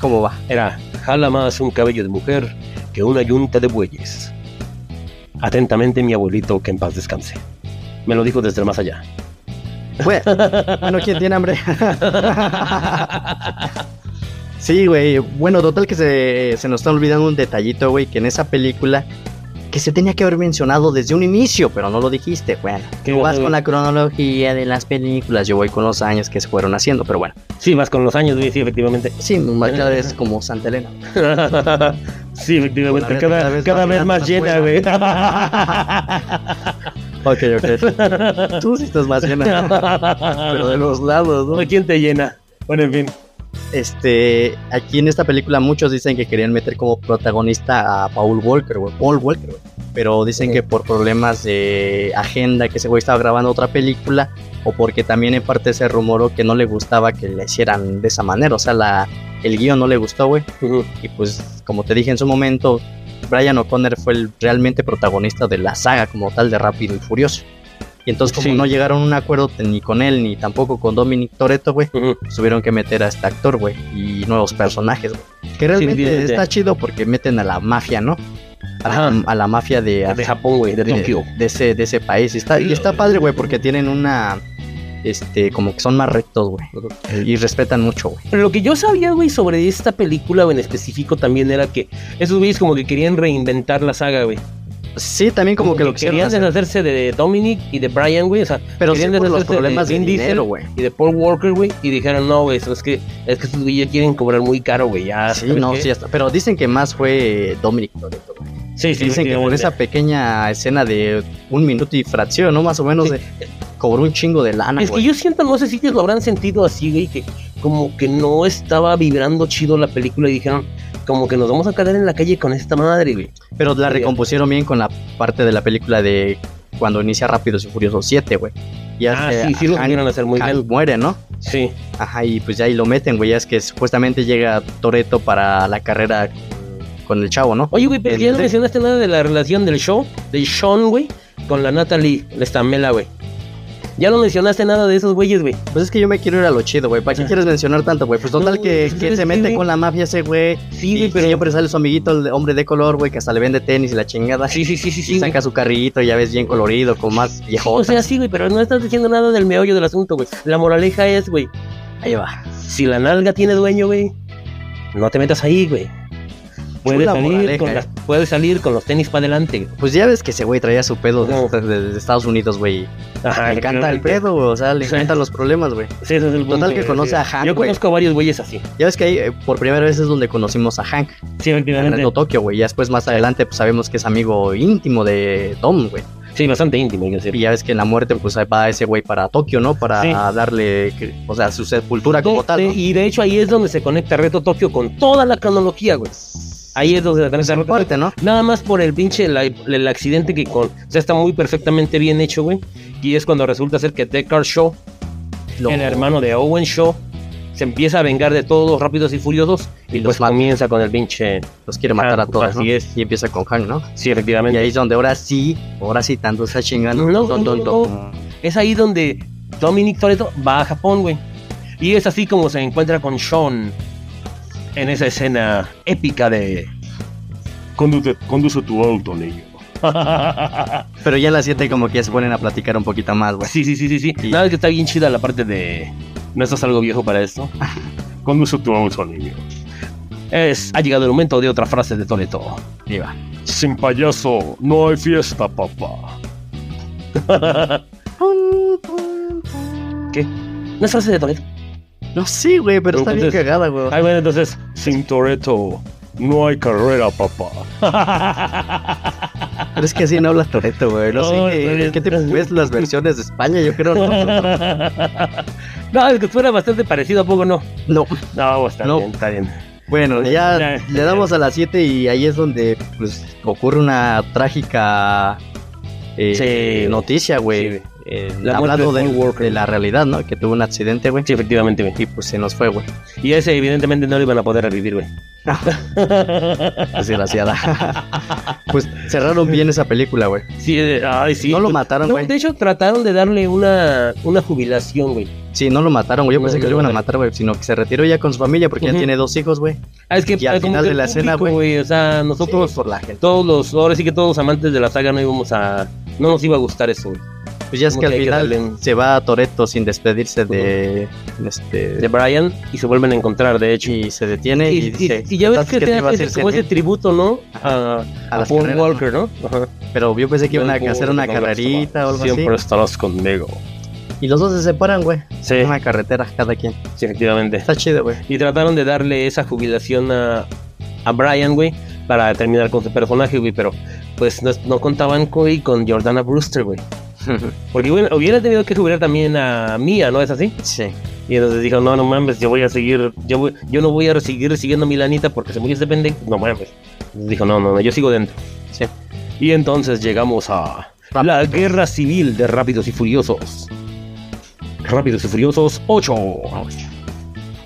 ¿Cómo va? Era, jala más un cabello de mujer que una yunta de bueyes. Atentamente, mi abuelito, que en paz descanse. Me lo dijo desde el más allá. Bueno, bueno, ¿quién tiene hambre? sí, güey. Bueno, total que se, se nos está olvidando un detallito, güey, que en esa película que se tenía que haber mencionado desde un inicio, pero no lo dijiste. Bueno, Qué tú vas guapo. con la cronología de las películas, yo voy con los años que se fueron haciendo, pero bueno. Sí, vas con los años, güey, sí, efectivamente. Sí, más claro es como Santa Elena. sí, Cada efectivamente. vez- Cada, cada cada vez, vez va quedando más más llena, buena. güey. Ok, ok. Tú sí estás más llena, pero de los lados, ¿no? ¿Quién te llena? Bueno, en fin. Este, aquí en esta película muchos dicen que querían meter como protagonista a Paul Walker, güey. Paul Walker, güey. Pero dicen que por problemas de agenda, que ese güey estaba grabando otra película, o porque también en parte se rumoró que no le gustaba que le hicieran de esa manera. O sea, la, el guión no le gustó, güey. Y pues, como te dije en su momento, Brian O'Connor fue el realmente protagonista de la saga como tal de Rápido y Furioso. Y entonces, como Sí. no llegaron a un acuerdo ni con él, ni tampoco con Dominic Toretto, güey Ujú. pues, tuvieron que meter a este actor, güey, y nuevos personajes, güey. Que realmente definitivamente. está chido porque meten a la mafia, ¿no? A Ajá. la, a la mafia de, De Japón, güey, de Tokio. de, de ese, de ese país. Y está, y está padre, güey, porque tienen una. Este, como que son más rectos, güey. Y respetan mucho, güey. Pero lo que yo sabía, güey, sobre esta película güey, en específico también era que esos güeyes como que querían reinventar la saga, güey. Sí, también como que lo quisieron querían hacer, deshacerse de Dominic y de Brian, güey. O sea, Pero sí querían por los deshacerse de problemas de Vin Diesel. dinero, güey. y de Paul Walker, güey, y dijeron, no, güey, eso es que, es que estos güeyes quieren cobrar muy caro, güey, ya. Sí, Ah, ¿sabes no, qué? sí, hasta. Pero dicen que más fue Dominic Toretto, güey. sí, sí, Dicen que por efectivamente. esa pequeña escena de un minuto y fracción, ¿no? Más o menos, Sí. de, cobró un chingo de lana, Es que güey. yo siento, no sé si ellos lo habrán sentido así, güey, que como que no estaba vibrando chido la película y dijeron, como que nos vamos a quedar en la calle con esta madre, güey. Pero la Muy bien. recompusieron bien con la parte de la película de cuando inicia Rápidos y Furiosos 7, güey. Ya Ah, sí, sí lo pudieron hacer muy bien. muere, ¿no? Sí. Ajá, y pues ya ahí lo meten, güey. Ya es que supuestamente llega Toreto para la carrera con el chavo, ¿no? Oye, güey, pero El- ya no de- mencionaste nada de la relación del show, del Sean, güey, con la Natalie Lestamela, güey. Ya no mencionaste nada de esos güeyes, güey. Pues es que yo me quiero ir a lo chido, güey. ¿Para qué quieres mencionar tanto, güey? Pues total Ah. No, que, pues, que ¿sabes se qué, mete güey? con la mafia ese, güey. Sí, y güey, pero... siempre sale su amiguito, el hombre de color, güey, que hasta le vende tenis y la chingada. Sí, sí, sí, sí, y sí. güey. saca su carrito, ya ves, bien colorido, con más viejo. O sea, sí, güey, pero no estás diciendo nada del meollo del asunto, güey. La moraleja es, güey, ahí va. si la nalga tiene dueño, güey, no te metas ahí, güey. Puedes Chula salir, moraleja, con eh. las- puedes salir con los tenis para adelante. Pues ya ves que ese güey traía su pedo No. desde desde Estados Unidos, güey. Ajá, Ah, le encanta el pedo, güey, O sea, le Sí. encantan los problemas, güey. Sí, ese es el punto, Total que güey, conoce sí. a Hank, Yo güey. conozco a varios güeyes así. Ya ves que ahí, eh, por primera vez es donde conocimos a Hank, Sí, efectivamente. en Tokio, güey. Ya después, más adelante, pues sabemos que es amigo íntimo de Tom, güey. Sí, bastante íntimo, hay que decir. Y ya ves que en la muerte, pues ahí va ese güey para Tokio, ¿no? Para Sí. darle, que- o sea, su sepultura De- como tal. de- ¿no? Este, y de hecho ahí es donde se conecta Reto Tokio con toda la cronología, güey. Ahí es donde se conecta Reto Tokio. Fuerte, ¿no? Nada más por el pinche la- el accidente que con, o sea, está muy perfectamente bien hecho, güey. Y es cuando resulta ser que Deckard Shaw, Lo- el hermano de Owen Shaw, se empieza a vengar de todos los rápidos y furiosos y Los pues mata. comienza con el pinche. Los quiere matar a Hank, todos, Ah, así ¿no? es. Y empieza con Hank, ¿no? Sí, Y efectivamente. ahí es donde ahora sí, ahora sí, tanto está chingando. No, Don, don, no, don. Es ahí donde Dominic Toretto va a Japón, güey. Y es así como se encuentra con Sean en esa escena épica de. Conduce, conduce tu auto, niño. Pero ya a las 7 como que ya se ponen a platicar un poquito más, güey. Pues Sí, sí, sí, sí, sí. Y- Nada más que está bien chida la parte de. No estás algo viejo para esto. Conduce tu auto, niño. Es, ha llegado el momento de otra frase de Toreto. Y va. Sin payaso, no hay fiesta, papá. ¿Qué? ¿No es frase de Toreto? No, sí, güey, pero está bien Entonces- cagada, güey. Ah, bueno, entonces. Sin Toreto, no hay carrera, papá. Ah, Pero es que así no hablas Toreto, güey. No, No, sé está qué, bien. qué te ves las versiones de España, yo creo. No, no, es que fuera bastante parecido, ¿a poco no? no. No, está No. bien, está bien. Bueno, ya Pues Ya. le damos a las 7 y ahí es donde pues ocurre una trágica eh, Sí. noticia, Sí, güey. güey. Eh, La muerte hablando de de, Paul Walker. de la realidad, ¿no? Que tuvo un accidente, güey. Sí, efectivamente, güey. Y pues se nos fue, güey. Y ese evidentemente no lo iban a poder revivir, güey. Desgraciada. pues cerraron bien esa película, güey. Sí, eh, ay, sí. No lo Pues, mataron, no, güey. de hecho, trataron de darle una, una jubilación, güey. Sí, no lo mataron, güey. Yo No, pensé que no lo iban lo a matar, güey. Sino que se retiró ya con su familia porque Ujú. ya tiene dos hijos, güey. Ah, es que Y al eh, como final que de el la escena, público, güey. O sea, nosotros, Sí, por la gente. todos los, ahora sí que todos los amantes de la saga no íbamos a, no nos iba a gustar eso, güey. Pues ya es Como que al que hay que final darle un- se va a Toreto sin despedirse de, este, de Brian y se vuelven a encontrar, de hecho. y se detiene y, Y, y- dice y ya ves "Pensaste que, te te ibas a hace ir como sin ese mí tributo, ¿no? A, a a las Paul carreras, ¿no? Walker, ¿no? Ajá. Pero yo pensé que iban a Paul hacer una Walker, carrerita o algo así. Siempre estarás conmigo. Y los dos se separan, güey. Sí, En una carretera cada quien. sí, efectivamente. Está chido, güey. Y trataron de darle esa jubilación a, a Brian, güey, para terminar con su personaje, güey, pero pues no, no contaban güey, con Jordana Brewster, güey. Porque bueno, hubiera tenido que jubilar también a Mia, ¿no es así? sí. Y entonces dijo, no, no mames, yo voy a seguir, yo, voy- yo no voy a seguir recibiendo mi lanita porque se murió este pendejo, no mames. Entonces dijo, no, no, no, yo sigo dentro. Sí. Y entonces llegamos a Rap- la guerra civil de Rápidos y Furiosos. Rápidos y Furiosos 8.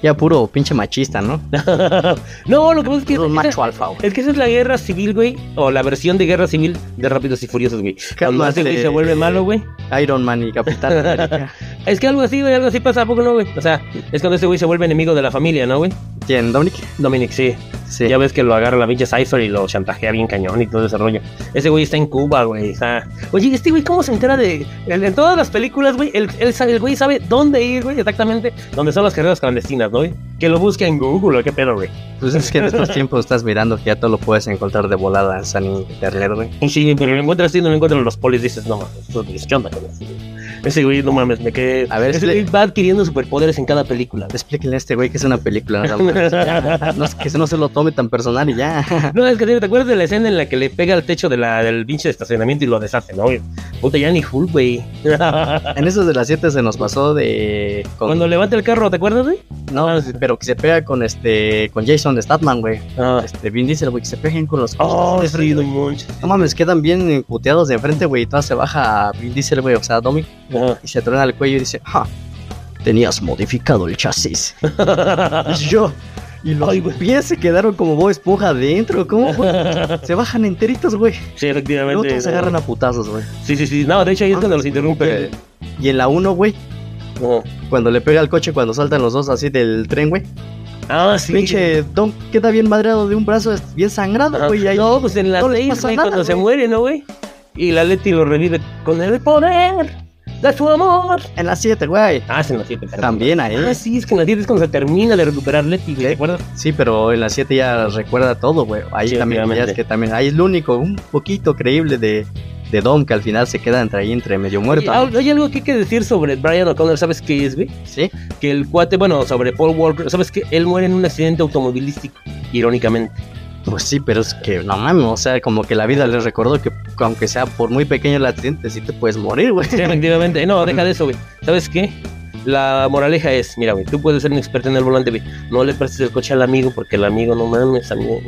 Ya puro pinche machista, ¿no? no, lo que pasa es que... Puro esa- macho alfa, güey. Es que esa es la guerra civil, güey, o la versión de guerra civil de Rápidos y Furiosos, güey. Cuando Cálmate. este güey se vuelve malo, güey. Iron Man y Capitán América. Es que algo así, güey, algo así pasa, ¿a poco no, güey? O sea, es cuando este güey se vuelve enemigo de la familia, ¿no, güey? ¿Quién? Dominic. Dominic, sí. Sí. Ya ves que lo agarra la pinche Cypher y lo chantajea bien cañón y todo ese rollo. Ese güey está en Cuba, güey. está- Oye, este güey, ¿cómo se entera de.? En en todas las películas, güey, el, el sabe- el güey sabe dónde ir, güey, exactamente, dónde son las carreras clandestinas, ¿no, güey? Que lo busque en Google, ¿o qué pedo, güey? Pues es que en estos tiempos estás mirando que ya todo lo puedes encontrar de volada en San Internet, güey. Y Sí, pero lo encuentras así, no lo encuentran los polis, dices, no mames, esto- ¿qué onda con ese güey? Ese güey, no mames, me quedé. A ver, este- ese explí- güey va adquiriendo superpoderes en cada película. güey. Explíquenle a este güey que es una película. nada más. Ya, no, es que no se lo tome tan personal y ya. No, es que te acuerdas de la escena en la que le pega al techo de la, del pinche estacionamiento y lo deshace, ¿no? güey? Puta, ya ni Hulk, güey. En esos de las 7 se nos pasó de. con- Cuando Ah, levanta el carro, ¿te acuerdas, güey? No, pero que se pega con este. Con Jason de Statman, güey. Ah, Este, Vin Diesel, güey, que se peguen con los. oh, de sí, frente, no güey. manches. No mames, quedan bien puteados de enfrente, güey. Y todas se baja a Vin Diesel, güey, o sea, a Dominic. Ajá. Y se truena el cuello y dice: ¡Ja! Tenías modificado el chasis. Yo. Y los Ay, güey. pies se quedaron como Bob Esponja adentro. ¿Cómo, güey? Se bajan enteritos, güey. sí, Luego efectivamente. todos se agarran a putazos, güey. Sí, sí, sí. No, de hecho ahí es cuando los interrumpe. Eh, Y en la 1, güey, Ajá. cuando le pega al coche, cuando saltan los dos así del tren, güey. Ah, sí. Pinche Don queda bien madreado de un brazo, es bien sangrado, Ajá. güey. y ahí- No, pues en la no le seis, pasa güey, nada, cuando se güey. muere, ¿no, güey? Y la Leti lo revive con el poder de su amor. En la 7, güey. Ah, sí, en la 7, perdón. También ahí. Ah, sí, es que en la 7 es cuando se termina de recuperar Leti, güey, Sí. ¿te acuerdas? Sí, pero en la 7 ya recuerda todo, güey. Ahí Sí, también, ya es obviamente. que también. Ahí es lo único, un poquito creíble de, de Dom que al final se queda entre ahí, entre medio Oye, muerto. Hay, hay algo que hay que decir sobre Brian O'Connor, ¿sabes qué es, güey? Sí, Que el cuate, bueno, sobre Paul Walker, ¿sabes qué? Él muere en un accidente automovilístico, irónicamente. pues sí, pero es que no mames, o sea, como que la vida les recordó que aunque sea por muy pequeño el accidente, sí te puedes morir, güey. Sí, efectivamente. No, deja de eso, güey. ¿Sabes qué? La moraleja es, mira, güey, tú puedes ser un experto en el volante, güey. No le prestes el coche al amigo porque el amigo no mames, amigo.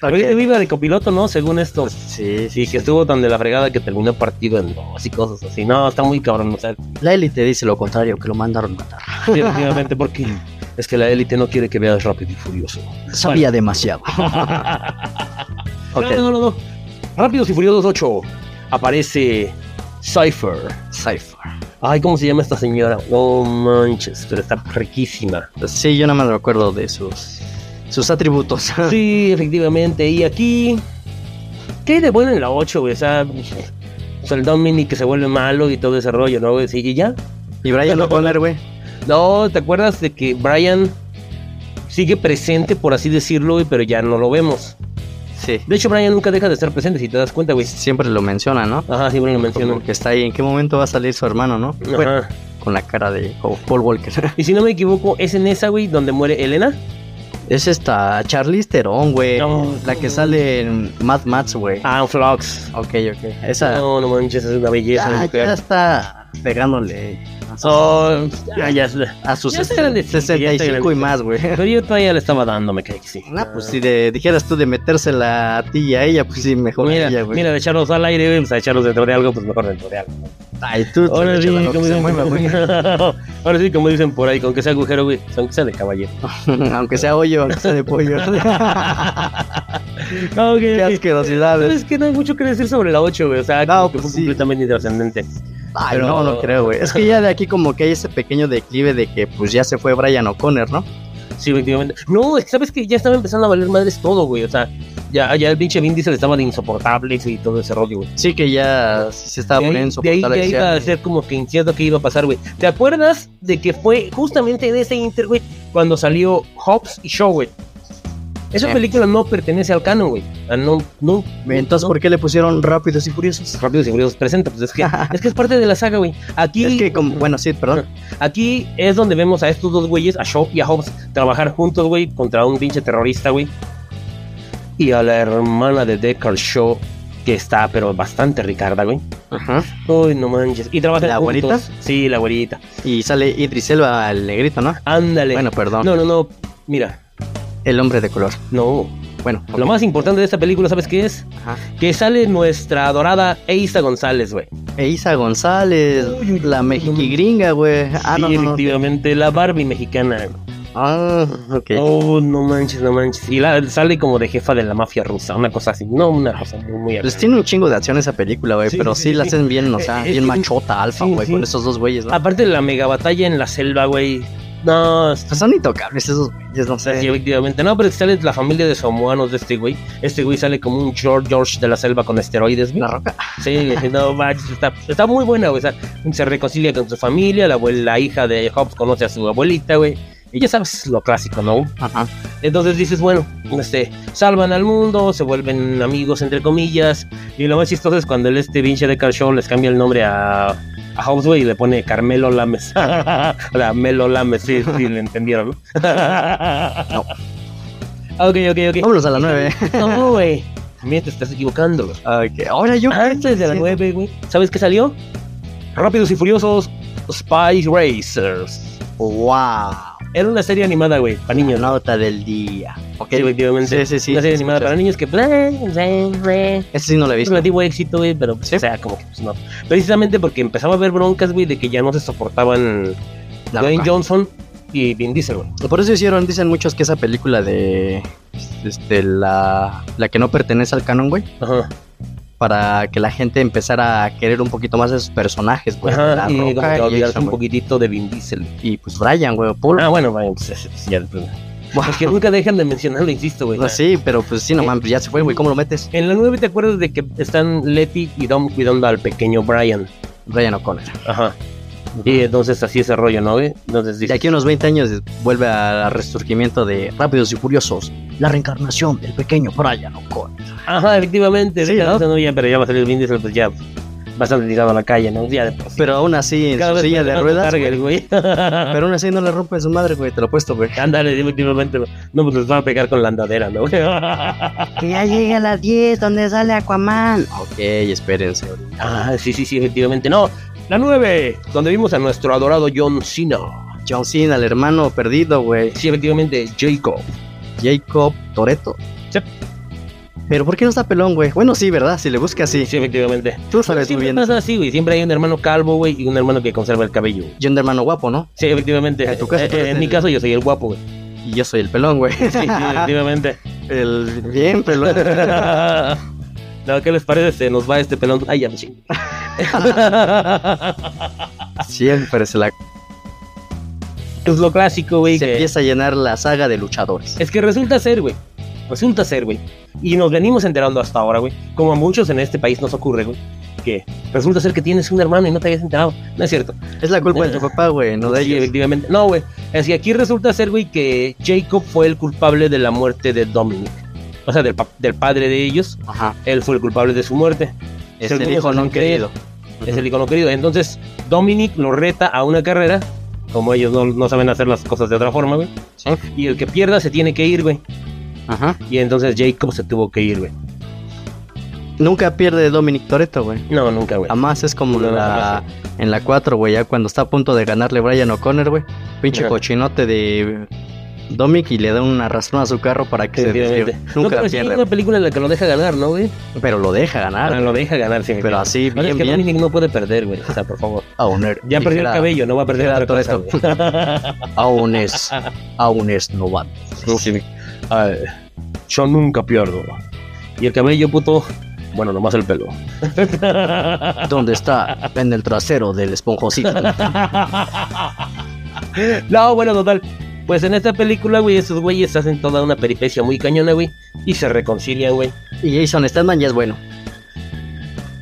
Pero Ok. este viva de copiloto, ¿no? Según esto. Sí, Sí, sí. que estuvo tan de la fregada que terminó partido en dos y cosas así. No, está muy cabrón, o sea, La élite dice lo contrario, que lo mandaron a matar. sí, efectivamente, porque es que la élite no quiere que veas rápido y furioso. Sabía demasiado. No, ok, no, no, no. Rápidos y Furiosos 8 aparece Cypher. Cypher. Ay, ¿cómo se llama esta señora? No manches, pero está riquísima. Sí, yo no me recuerdo de sus, sus atributos. Sí, efectivamente. Y aquí. ¿Qué hay de bueno en la 8, güey? O sea. O sea, el Dominic que se vuelve malo y todo ese rollo, ¿no? güey? Sí, ¿Y ya? Y Brian O'Connor, güey. No, ¿te acuerdas de que Brian sigue presente, por así decirlo, güey, pero ya no lo vemos? Sí. De hecho, Brian nunca deja de estar presente, si te das cuenta, güey. Siempre lo menciona, ¿no? Ajá, siempre lo mencionan. Como que está ahí. ¿En qué momento va a salir su hermano, no? Bueno, Ajá. con la cara de o Paul Walker. Y si no me equivoco, es en esa, güey, donde muere Elena. Es esta Charlize Theron, güey. No. La que sale en Mad Max, güey. Ah, en Flux. Ok, ok. Esa No, no manches, es una belleza. ya, de mujer. Ah, ya está pegándole a sus, Oh, ya, ya. a sus ya está grandecita, ya está 65 y grandecita. más, güey. Pero yo todavía le estaba dando, me cae que sí. Ah, pues si de- dijeras tú de metérsela a ti y a ella, pues sí, mejor a Mira, ella, güey. mira, de echarlos al aire, güey, pues a echarlos dentro de algo, pues mejor dentro de algo. Ay, tú, tú, Ahora sí, chaval, lo que como se dicen, mueva, güey. ahora sí, como dicen por ahí, con que sea agujero, güey, aunque sea de caballero. aunque sea hoyo, aunque sea de pollo. No, Qué que, asquerosidades. Pues es que no hay mucho que decir sobre la 8, güey, o sea, No, como que pues fue sí. completamente intrascendente. Ay, Pero- no, no creo, güey. Es que ya de aquí como que hay ese pequeño declive de que pues ya se fue Brian O'Connor, ¿no? Sí, efectivamente. No, es que sabes que ya estaba empezando a valer madres todo, güey, o sea, Ya, ya el pinche Vin Diesel estaban insoportables y todo ese rollo, güey. Sí que ya se estaba De ahí, poniendo de ahí insoportable, ya decía. iba a ser como que incierto que iba a pasar, güey. ¿Te acuerdas de que fue justamente en ese inter, güey, cuando salió Hobbs y Shaw, güey? Esa Eh. película no pertenece al canon, güey. Ah, No, no, Entonces, no- ¿por qué le pusieron Rápidos y Furiosos? Rápidos y Furiosos presenta, pues es que, es que es parte de la saga, güey. Aquí, Es que, como, bueno, sí, perdón. aquí es donde vemos a estos dos güeyes, a Shaw y a Hobbs, trabajar juntos, güey, contra un pinche terrorista, güey. Y a la hermana de Deckard Shaw, que está, pero bastante ricarda, güey. Ajá. Uy, no manches. Y trabajan ¿La abuelita? juntos. Sí, la abuelita. Y sale Idris Elba, el negrito, ¿no? Ándale. Bueno, perdón. no, no, no. Mira, El hombre de color. no. Bueno, Lo ok. más importante de esta película, ¿sabes qué es? Ajá. Que sale nuestra adorada Eisa González, güey. E Isa González, Uy, uy, la no. mexigringa, güey. Ah, sí, no, no, no. efectivamente, la Barbie mexicana. Ah, ok. Oh, no manches, no manches. Y la, sale como de jefa de la mafia rusa, una cosa así. No, una cosa muy, muy Pues acá. tiene un chingo de acción esa película, güey, Sí, pero sí, sí, la sí. hacen bien, o sea, Eh, eh, bien sí. machota alfa, Sí, güey, sí. Ah, con esos dos güeyes, ¿no? Aparte de la mega batalla en la selva, güey. No, es- Pues son intocables esos güeyes, no sí, sé. efectivamente. No, pero sale la familia de samoanos de este güey. Este güey sale como un George George de la selva con esteroides, güey. La roca. Sí, no manches, está, está muy buena, güey. o sea, se reconcilia con su familia, la, abue- la hija de Hobbs conoce a su abuelita, güey. Y ya sabes lo clásico, ¿no? Ajá. Entonces dices, bueno, este, salvan al mundo, se vuelven amigos, entre comillas. Y lo más chistoso es cuando el este vinche de Show les cambia el nombre a, a Hobbs, güey, y le pone Carmelo Lames. la Melo Lames, sí, sí, le entendieron, ¿no? Ah, Ok, ok, ok. Vámonos a la nueve. No, güey. Mira, te estás equivocando, güey. Ok, ahora yo. Antes Ah, este de las Sí. 9, güey. ¿Sabes qué salió? Rápidos y Furiosos Spice Racers. ¡Wow! Era una serie animada, güey, para niños, ¿no? Nota del día. Ok. Sí, efectivamente. Sí, sí, sí. una serie sí, animada para escuchas. niños que... pues, eh, Ble, ble, ble. Ese sí no lo he visto. Relativo éxito, güey, pero pues, Sí. o sea, como que pues, no. Precisamente porque empezaba a haber broncas, güey, de que ya no se soportaban La Dwayne roca. Johnson y Vin Diesel, güey. Por eso hicieron, dicen muchos que esa película de. Este, la, la que no pertenece al canon, güey. Ajá. Para que la gente empezara a querer un poquito más de sus personajes, güey. Ajá, la y como roca que y, olvidarse Jason, un güey. poquitito de Vin Diesel. y pues Brian, güey. Paul. Ah, bueno, vaya, pues, es- es- ya. Es que nunca dejan de mencionarlo, insisto, güey. No, sí, pero pues sí, no Eh, mames, pues, ya se fue, güey. ¿Cómo lo metes? En la 9 te acuerdas de que están Letty y Dom cuidando al pequeño Brian. Brian O'Connor. Ajá. Y entonces así ese rollo, ¿no? güey? Entonces De dices, aquí a unos 20 años vuelve al resurgimiento de Rápidos y Furiosos. La reencarnación del pequeño Brian O'Connor. ajá, efectivamente. Sí, ahorita ¿no? no, ya, pero ya va a salir Vin Diesel, pues ya bastante tirado a la calle, ¿no? Ya de por sí. Pero aún así, en su silla más de pesado ruedas. carga el güey. Pero aún así no le rompe su madre, güey. Te lo he puesto, güey. Ándale, efectivamente. No, pues les va a pegar con la andadera, ¿no? ah, Que ya llegue a las 10, donde sale Aquaman. Ok, espérense. ahorita. Ah, sí, sí, sí, efectivamente. No, la 9, donde vimos a nuestro adorado John Cena. John Cena, el hermano perdido, güey. Sí, efectivamente, Jacob. Jacob Toreto. Sí. Pero ¿por qué no está pelón, güey? Bueno, sí, ¿verdad? Si le buscas, sí. Sí, efectivamente. Tú sabes muy Siempre bien. pasa así, güey. Siempre hay un hermano calvo, güey, y un hermano que conserva el cabello. Yo un hermano guapo, ¿no? Sí, efectivamente. En tu caso, Eh, tú eres en mi el- caso, yo soy el guapo, güey. Y yo soy el pelón, güey. Sí, sí, efectivamente. El bien pelón. No, ¿qué les parece? Se nos va este pelón. Ay, ya me chingo. Siempre se la es lo clásico, güey. se que- empieza a llenar la saga de luchadores. Es que resulta ser, güey. Resulta ser, güey. Y nos venimos enterando hasta ahora, güey. Como a muchos en este país nos ocurre, güey. Que resulta ser que tienes un hermano y no te habías enterado. No es cierto. Es la culpa de Eh, tu papá, güey, no de Sí, ellos. efectivamente. No, güey. Es que aquí resulta ser, güey, que Jacob fue el culpable de la muerte de Dominic. O sea, del, pa- del padre de ellos. Ajá. Él fue el culpable de su muerte. Es Según el hijo ellos no han querido. es el icono querido. Entonces, Dominic lo reta a una carrera, como ellos no, no saben hacer las cosas de otra forma, güey. Sí. Y el que pierda se tiene que ir, güey. Ajá. Y entonces Jacob se tuvo que ir, güey. Nunca pierde Dominic Toretto, güey. No, nunca, güey. Además es como No, jamás, la, en la 4, güey, ya cuando está a punto de ganarle Brian O'Connor, güey. Pinche Ajá. cochinote de Dominic y le da un arrastrón a su carro para que se Definitivamente. desvíe. No, Nunca pero la sí pierde, hay una película en la que lo deja ganar, ¿no, güey? pero lo deja ganar. Ah, lo deja ganar, sí. pero así, No, es bien, que bien. Dominic no puede perder, güey. O sea, por favor. Aún er- Ya perdió el dijera- cabello, no va a perder dijera otra cosa, Aún es, aún es novato. güey. Sí. Ay, yo nunca pierdo. Y el cabello, puto. Bueno, nomás el pelo. ¿Dónde está? En el trasero del esponjosito. No, bueno, total. Pues en esta película, güey, esos güeyes hacen toda una peripecia muy cañona, güey, y se reconcilian, güey. Y Jason Statham ya es bueno.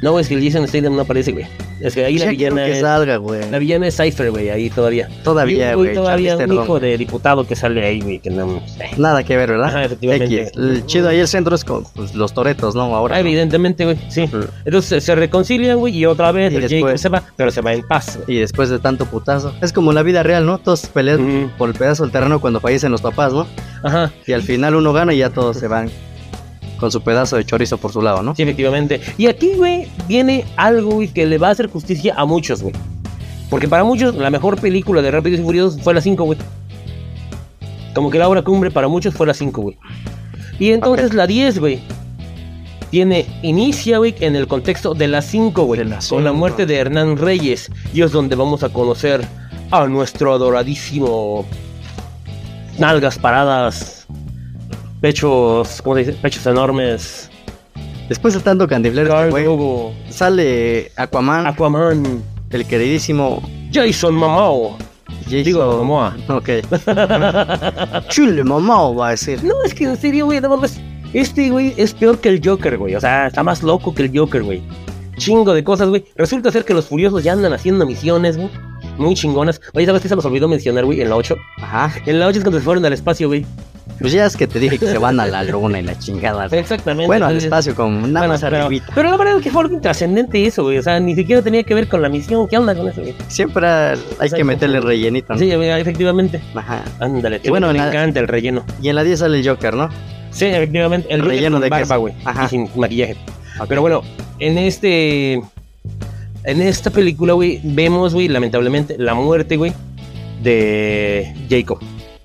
No, es que el Jason Statham no aparece, güey. Es que ahí la Ya quiero villana que es, salga, güey. la villana es Cypher, güey, ahí todavía. Y, Todavía, güey. todavía Charlize un Theron. hijo de diputado que sale ahí, güey, que no... Nada que ver, ¿verdad? Ajá, efectivamente. X. El chido ahí el centro es con pues, los toretos, ¿no? Ahora. Ah, ¿no? evidentemente, güey, sí. Entonces se reconcilian, güey, y otra vez Y el después- Jacob se va, pero se va en paz, güey. Y después de tanto putazo. Es como en la vida real, ¿no? Todos pelean Ujú. por el pedazo del terreno cuando fallecen los papás, ¿no? Ajá. Y al final uno gana y ya todos se van con su pedazo de chorizo por su lado, ¿no? Sí, efectivamente. Y aquí, güey, viene algo, güey, que le va a hacer justicia a muchos, güey. Porque para muchos, la mejor película de Rápidos y Furiosos fue la 5, güey. Como que la obra cumbre para muchos fue la 5, güey. Y entonces la 10, güey, tiene, inicia, güey, en el contexto de la 5, güey. De la Con la cinco. muerte de Hernán Reyes. Y es donde vamos a conocer a nuestro adoradísimo. Nalgas paradas. Pechos, ¿cómo se dice? Pechos enormes. Después de tanto candiflero, Carl este güey, Ah. Drogo, sale Aquaman, Ah. Aquaman, el queridísimo Jason Momoa. Jason. Digo, Momoa. Ok. Chule, mamá, va a decir. No, es que en serio, güey, no mames. Este güey es peor que el Joker, güey. O sea, está más loco que el Joker, güey. Chingo de cosas, güey. Resulta ser que los furiosos ya andan haciendo misiones, güey. Muy chingonas. Oye, ¿sabes qué se nos olvidó mencionar, güey? En la 8. Ajá. En la 8 es cuando se fueron al espacio, güey. Pues ya es que te dije que se van a la luna y la chingada. Exactamente. Bueno, al entonces- espacio, como nada Bueno, más pero, arribita. pero la verdad es que fue algo intrascendente eso, güey. O sea, ni siquiera tenía que ver con la misión. ¿Qué onda con eso, güey? Siempre hay que Exacto. meterle rellenito, ¿no? Sí, güey, efectivamente. Ajá. Ándale, Y bueno, me en la- encanta el relleno. Y en la 10 sale el Joker, ¿no? Sí, efectivamente. El Relleno relleno de de barba, queso. güey. Ajá. Y sin maquillaje. Pero bueno, en este. En esta película, güey, vemos, güey, lamentablemente, la muerte, güey, de Jacob.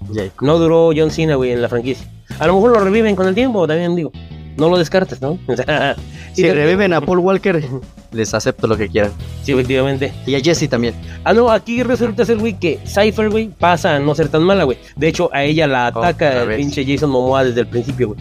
Jake. No duró John Cena, güey, en la franquicia. A lo mejor lo reviven con el tiempo, también digo. No lo descartes, ¿no? O sea, y Si también- reviven a Paul Walker, les acepto lo que quieran. Sí, efectivamente. Y a Jesse también. Ah, no, aquí resulta ser, güey, que Cypher, güey, pasa a no ser tan mala, güey. De hecho, a ella la Otra ataca el vez. pinche Jason Momoa desde el principio, güey.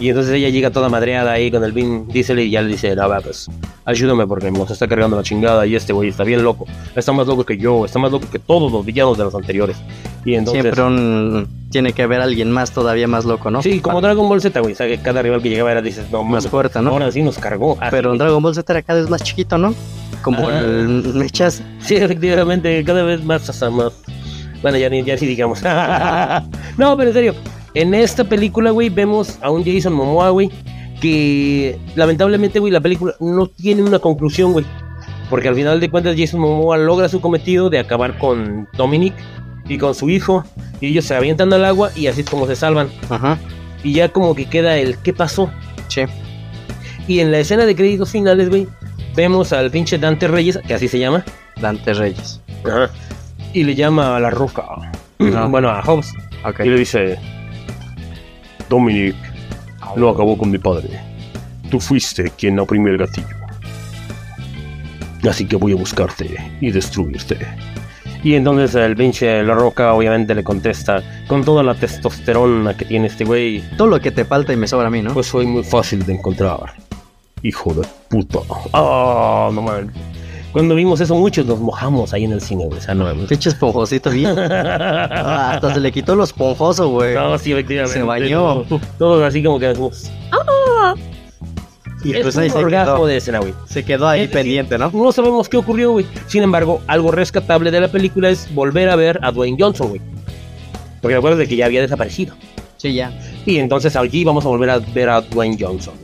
Y Ah, entonces ella llega toda madreada ahí con el Vin Diesel y ya le dice, no, va, pues, ayúdame porque nos está cargando la chingada y este güey está bien loco. Está más loco que yo, está más loco que todos los villanos de los anteriores. Y entonces... Siempre un- tiene que haber alguien más todavía más loco, ¿no? Sí, como Pa- Dragon Ball Z, güey. O sea, que cada rival que llegaba era, dices, no, más mames, fuerte, ¿no? ahora sí nos cargó. Ah, Pero sí. Dragon Ball Z era cada vez más chiquito, ¿no? Como Ah. el mechas. Sí, efectivamente, cada vez más, hasta más. Bueno, ya, ni- ya sí digamos. no, pero en serio, en esta película, güey, vemos a un Jason Momoa, güey, que lamentablemente, güey, la película no tiene una conclusión, güey. Porque al final de cuentas, Jason Momoa logra su cometido de acabar con Dominic y con su hijo, y ellos se avientan al agua y así es como se salvan. Ajá. Y ya como que queda el qué pasó. Sí. Y en la escena de créditos finales, güey, vemos al pinche Dante Reyes, que así se llama. Dante Reyes. Ajá. Y le llama a la ruca. Ajá. Bueno, a Hobbs. Ok. Ah. Y le dice, Dominic no acabó con mi padre. Tú fuiste quien oprimió el gatillo. Así que voy a buscarte y destruirte. Y entonces el pinche La Roca obviamente le contesta con toda la testosterona que tiene este güey. Todo lo que te falta y me sobra a mí, ¿no? Pues soy muy fácil de encontrar. Hijo de puta. Ah, Oh, no mames. Cuando vimos eso muchos nos mojamos ahí en el cine, güey. O sea, no mames. Pinches ponjositos bien. Ah, hasta se le quitó los esponjoso, güey. No, sí, efectivamente. Se bañó. Todos así como que decimos, Y es pues un ahí se orgasmo quedó, de escena, güey. se quedó ahí Es decir, pendiente, ¿no? No sabemos qué ocurrió, güey. Sin embargo, algo rescatable de la película es volver a ver a Dwayne Johnson, güey. Porque acuerdas de que ya había desaparecido. Sí, ya. Y entonces allí vamos a volver a ver a Dwayne Johnson.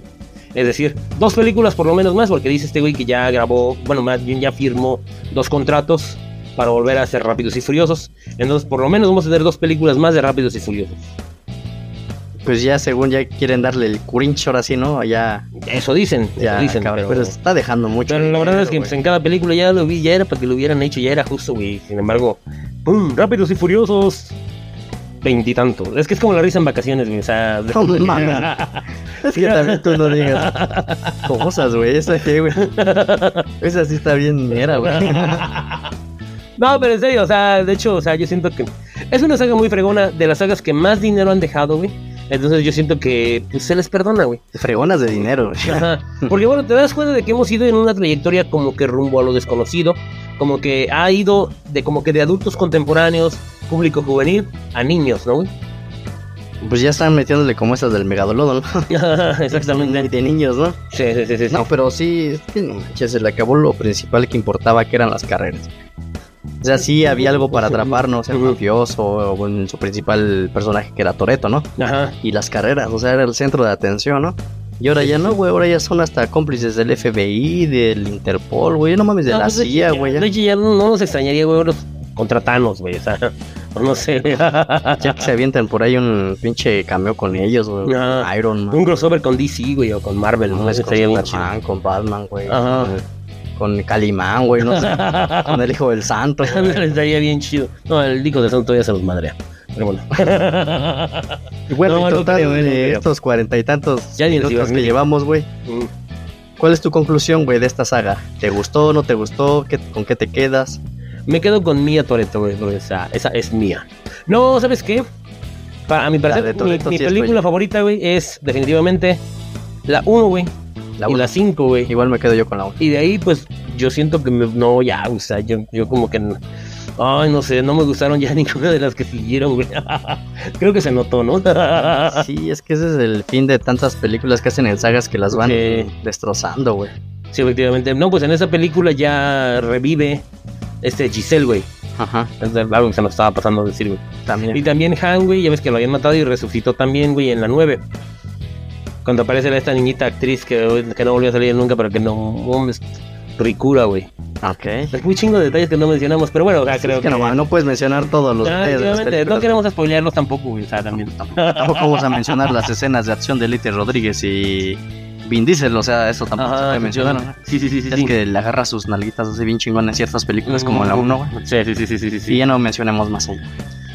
Es decir, dos películas por lo menos más, porque dice este güey que ya grabó, bueno, más bien ya firmó dos contratos para volver a hacer Rápidos y Furiosos. Entonces, por lo menos vamos a tener dos películas más de Rápidos y Furiosos. Pues ya, según ya quieren darle el cringe ahora sí, ¿no? Ya, Eso dicen, eso ya, dicen. cabrón, pero, pero está dejando mucho. pero la verdad dinero, es que güey. pues, en cada película ya lo vi, ya era para que lo hubieran hecho, ya era justo, güey. Sin embargo, ¡pum! Rápidos y Furiosos. Veintitantos. Es que es como la risa en vacaciones, güey. O sea, No mames. Es que también tú no digas cosas, güey. Esa que, güey. Esa sí está bien mera, güey. No, pero en serio, o sea, de hecho, o sea, yo siento que es una saga muy fregona, de las sagas que más dinero han dejado, güey. Entonces yo siento que pues, se les perdona, güey. Fregonas de dinero, güey. Ajá. Porque bueno, te das cuenta de que hemos ido en una trayectoria como que rumbo a lo desconocido, como que ha ido de como que de adultos contemporáneos, público juvenil, a niños, ¿no? güey? Pues ya están metiéndole como esas del megadolodon, ¿no? Ajá, De, Exactamente. de niños, ¿no? Sí, sí, sí, sí, sí. No, pero sí, es que no manches, se le acabó lo principal que importaba, que eran las carreras. O sea, sí había algo para atraparnos, el mafioso, o en su principal personaje que era Toreto, ¿no? Ajá. Y las carreras, o sea, era el centro de atención, ¿no? Y ahora ya no, güey, ahora ya son hasta cómplices del FBI, del Interpol, güey, no mames, de No, la pues, de- CIA, güey. de Ya, hecho, ya no, no nos extrañaría, güey, los contratanos, güey. O sea, no sé. güey. ya que se avientan por ahí un pinche cameo con ellos, güey. Ajá. Iron Man. Un crossover con DC, güey, o con Marvel, No, ¿no? es Eso con estaría bien chido. Superman, con Batman, güey. Ajá. Con, con Calimán, güey, no sé. con el hijo del santo. güey. Ándale, estaría bien chido. No, el disco de Santo todavía se los madrea. Pero bueno. Y Bueno, No, en no total, creo, no de creo. estos cuarenta y tantos Ya ni les iba a minutos que admitir. llevamos, güey, Mm. ¿cuál es tu conclusión, güey, de esta saga? ¿Te gustó, no te gustó? ¿Qué- ¿Con qué te quedas? Me quedo con Mía Toreto, güey, porque esa, esa es mía. No, ¿sabes qué? Pa- a mi de parecer, mi, Toretto mi sí es película tuya. favorita, güey, es definitivamente la 1, güey, La y una. la 5, güey. Igual me quedo yo con la 1. Y de ahí, pues, yo siento que me- no, ya, o sea, yo, yo como que. n- Ay, no sé, no me gustaron ya ninguna de las que siguieron, güey. Creo que se notó, ¿no? Sí, es que ese es el fin de tantas películas que hacen en sagas que las van Sí. destrozando, güey. sí, efectivamente. No, pues en esa película ya revive este Giselle, güey. Ajá, Es de- algo que se nos estaba pasando a decir, güey. Y también. también Han, güey, ya ves que lo habían matado y resucitó también, güey, en la 9. Cuando aparece esta niñita actriz que, que no volvió a salir nunca, pero que no. Hombres, ricura, güey. Ok. Hay un chingo de detalles que no mencionamos, pero bueno, o sea, Creo creo Pues que, no, ma- no puedes mencionar todos los Ah, detalles de las efectivamente, películas. no queremos spoilearlos tampoco, güey. O sea, también. Tampoco vamos a mencionar las escenas de acción de Elite Rodríguez y Vin Diesel, o sea, eso tampoco se puede mencionar. ¿no? Sí, sí, sí, sí. Es sí. que le agarra sus nalguitas así bien chingón en ciertas películas como la 1, güey. Sí, sí, sí, sí, sí, sí, Y sí. ya no mencionemos más allá.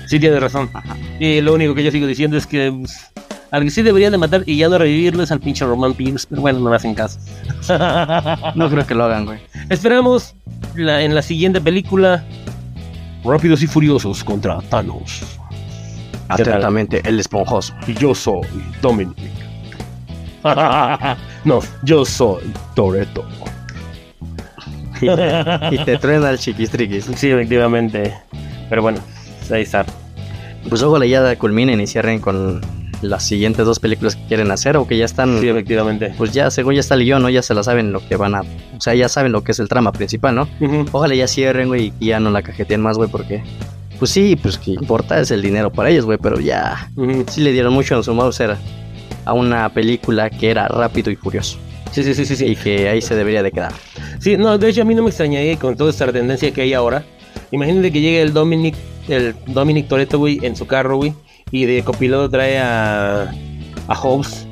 Sí, tienes razón. Ajá. Y lo único que yo sigo diciendo es que pues, al que sí deberían de matar y ya no revivirlo es al pinche Roman Pierce, pero bueno, no me hacen caso. No creo que lo hagan, güey. Esperamos la- en la siguiente película Rápidos y Furiosos contra Thanos. Atentamente, el esponjoso. Y yo soy Dominic. no, yo soy Toreto. Y te truena el chiquistriquis. Sí, efectivamente. Pero bueno, ahí está. Pues ojalá ya culminen y cierren con las siguientes dos películas que quieren hacer o que ya están. Sí, efectivamente. Pues ya, según ya está el guión, ¿no? Ya se la saben lo que van a. O sea, ya saben lo que es el trama principal, ¿no? Ujú. Ojalá ya cierren, güey, y ya no la cajeteen más, güey, porque. Pues sí, pues que importa es el dinero para ellos, güey, pero ya. Ujú. Sí le dieron mucho en su era a una película que era rápido y furioso. Sí, sí, sí, sí, sí. Y que ahí se debería de quedar. Sí, no, de hecho a mí no me extrañaría con toda esta tendencia que hay ahora. Imagínate que llegue el Dominic, el Dominic Toretto, güey, en su carro, güey, y de copiloto trae a, a Hobbs.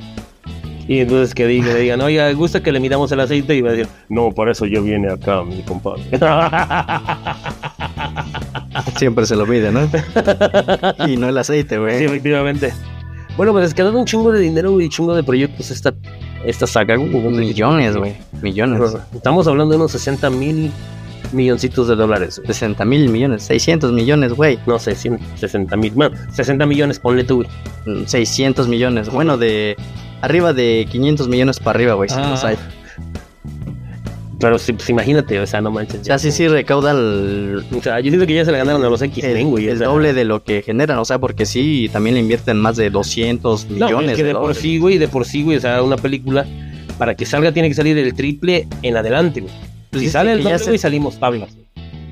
Y entonces que diga, le digan, oiga, gusta que le miramos el aceite y va a decir, No, para eso yo vine acá, mi compadre. Siempre se lo pide, ¿no? y no el aceite, sí, güey. efectivamente. Bueno, pues es que dan un chingo de dinero güey, y chingo de proyectos esta, esta saga, güey. Millones, güey. Millones. Estamos hablando de unos 60 mil milloncitos de dólares, güey. 60 mil millones. 600 millones, güey. No sé, 100, 60 mil, bueno, 60 millones, ponle tú, güey. Mm, 600 millones. Bueno, de arriba de 500 millones para arriba, güey. si Ah. los hay. Pero sí, pues, imagínate, o sea, no manches. O sea, sí, sí recauda el, O sea, yo siento que ya se la ganaron a los X, el, güey. o el sea. doble de lo que generan. O sea, porque sí, también le invierten más de 200 No, millones. es que de de por dólares. sí, güey, de por sí, güey, o sea, una película, para que salga tiene que salir el triple en adelante, güey. Pues si dice sale el que ya doble, se- güey, salimos tablas.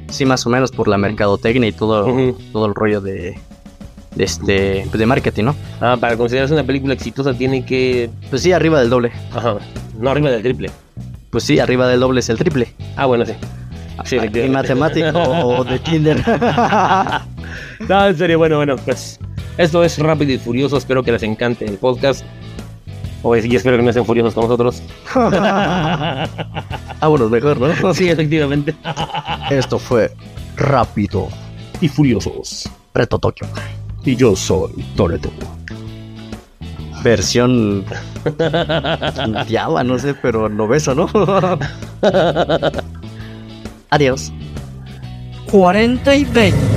Sí, más o menos por la mercadotecnia y todo, Ujú. todo el rollo de, de este, pues, de marketing, ¿no? Ah, para considerarse una película exitosa tiene que... Pues sí, arriba del doble. Ajá, no arriba del triple. Pues sí, arriba del doble es el triple. Ah, bueno, sí. Sí, Y efectivamente. matemático o de Tinder. No, en serio, bueno, bueno, pues esto es Rápido y Furioso. Espero que les encante el podcast. O es- y espero que no estén furiosos con nosotros. Vámonos Ah, mejor, ¿no? Sí, efectivamente. Esto fue rápido. Y furiosos. Reto Tokio. Y yo soy Toreto. Versión Java, no sé, pero no beso, ¿no? Adiós. 40 y 20.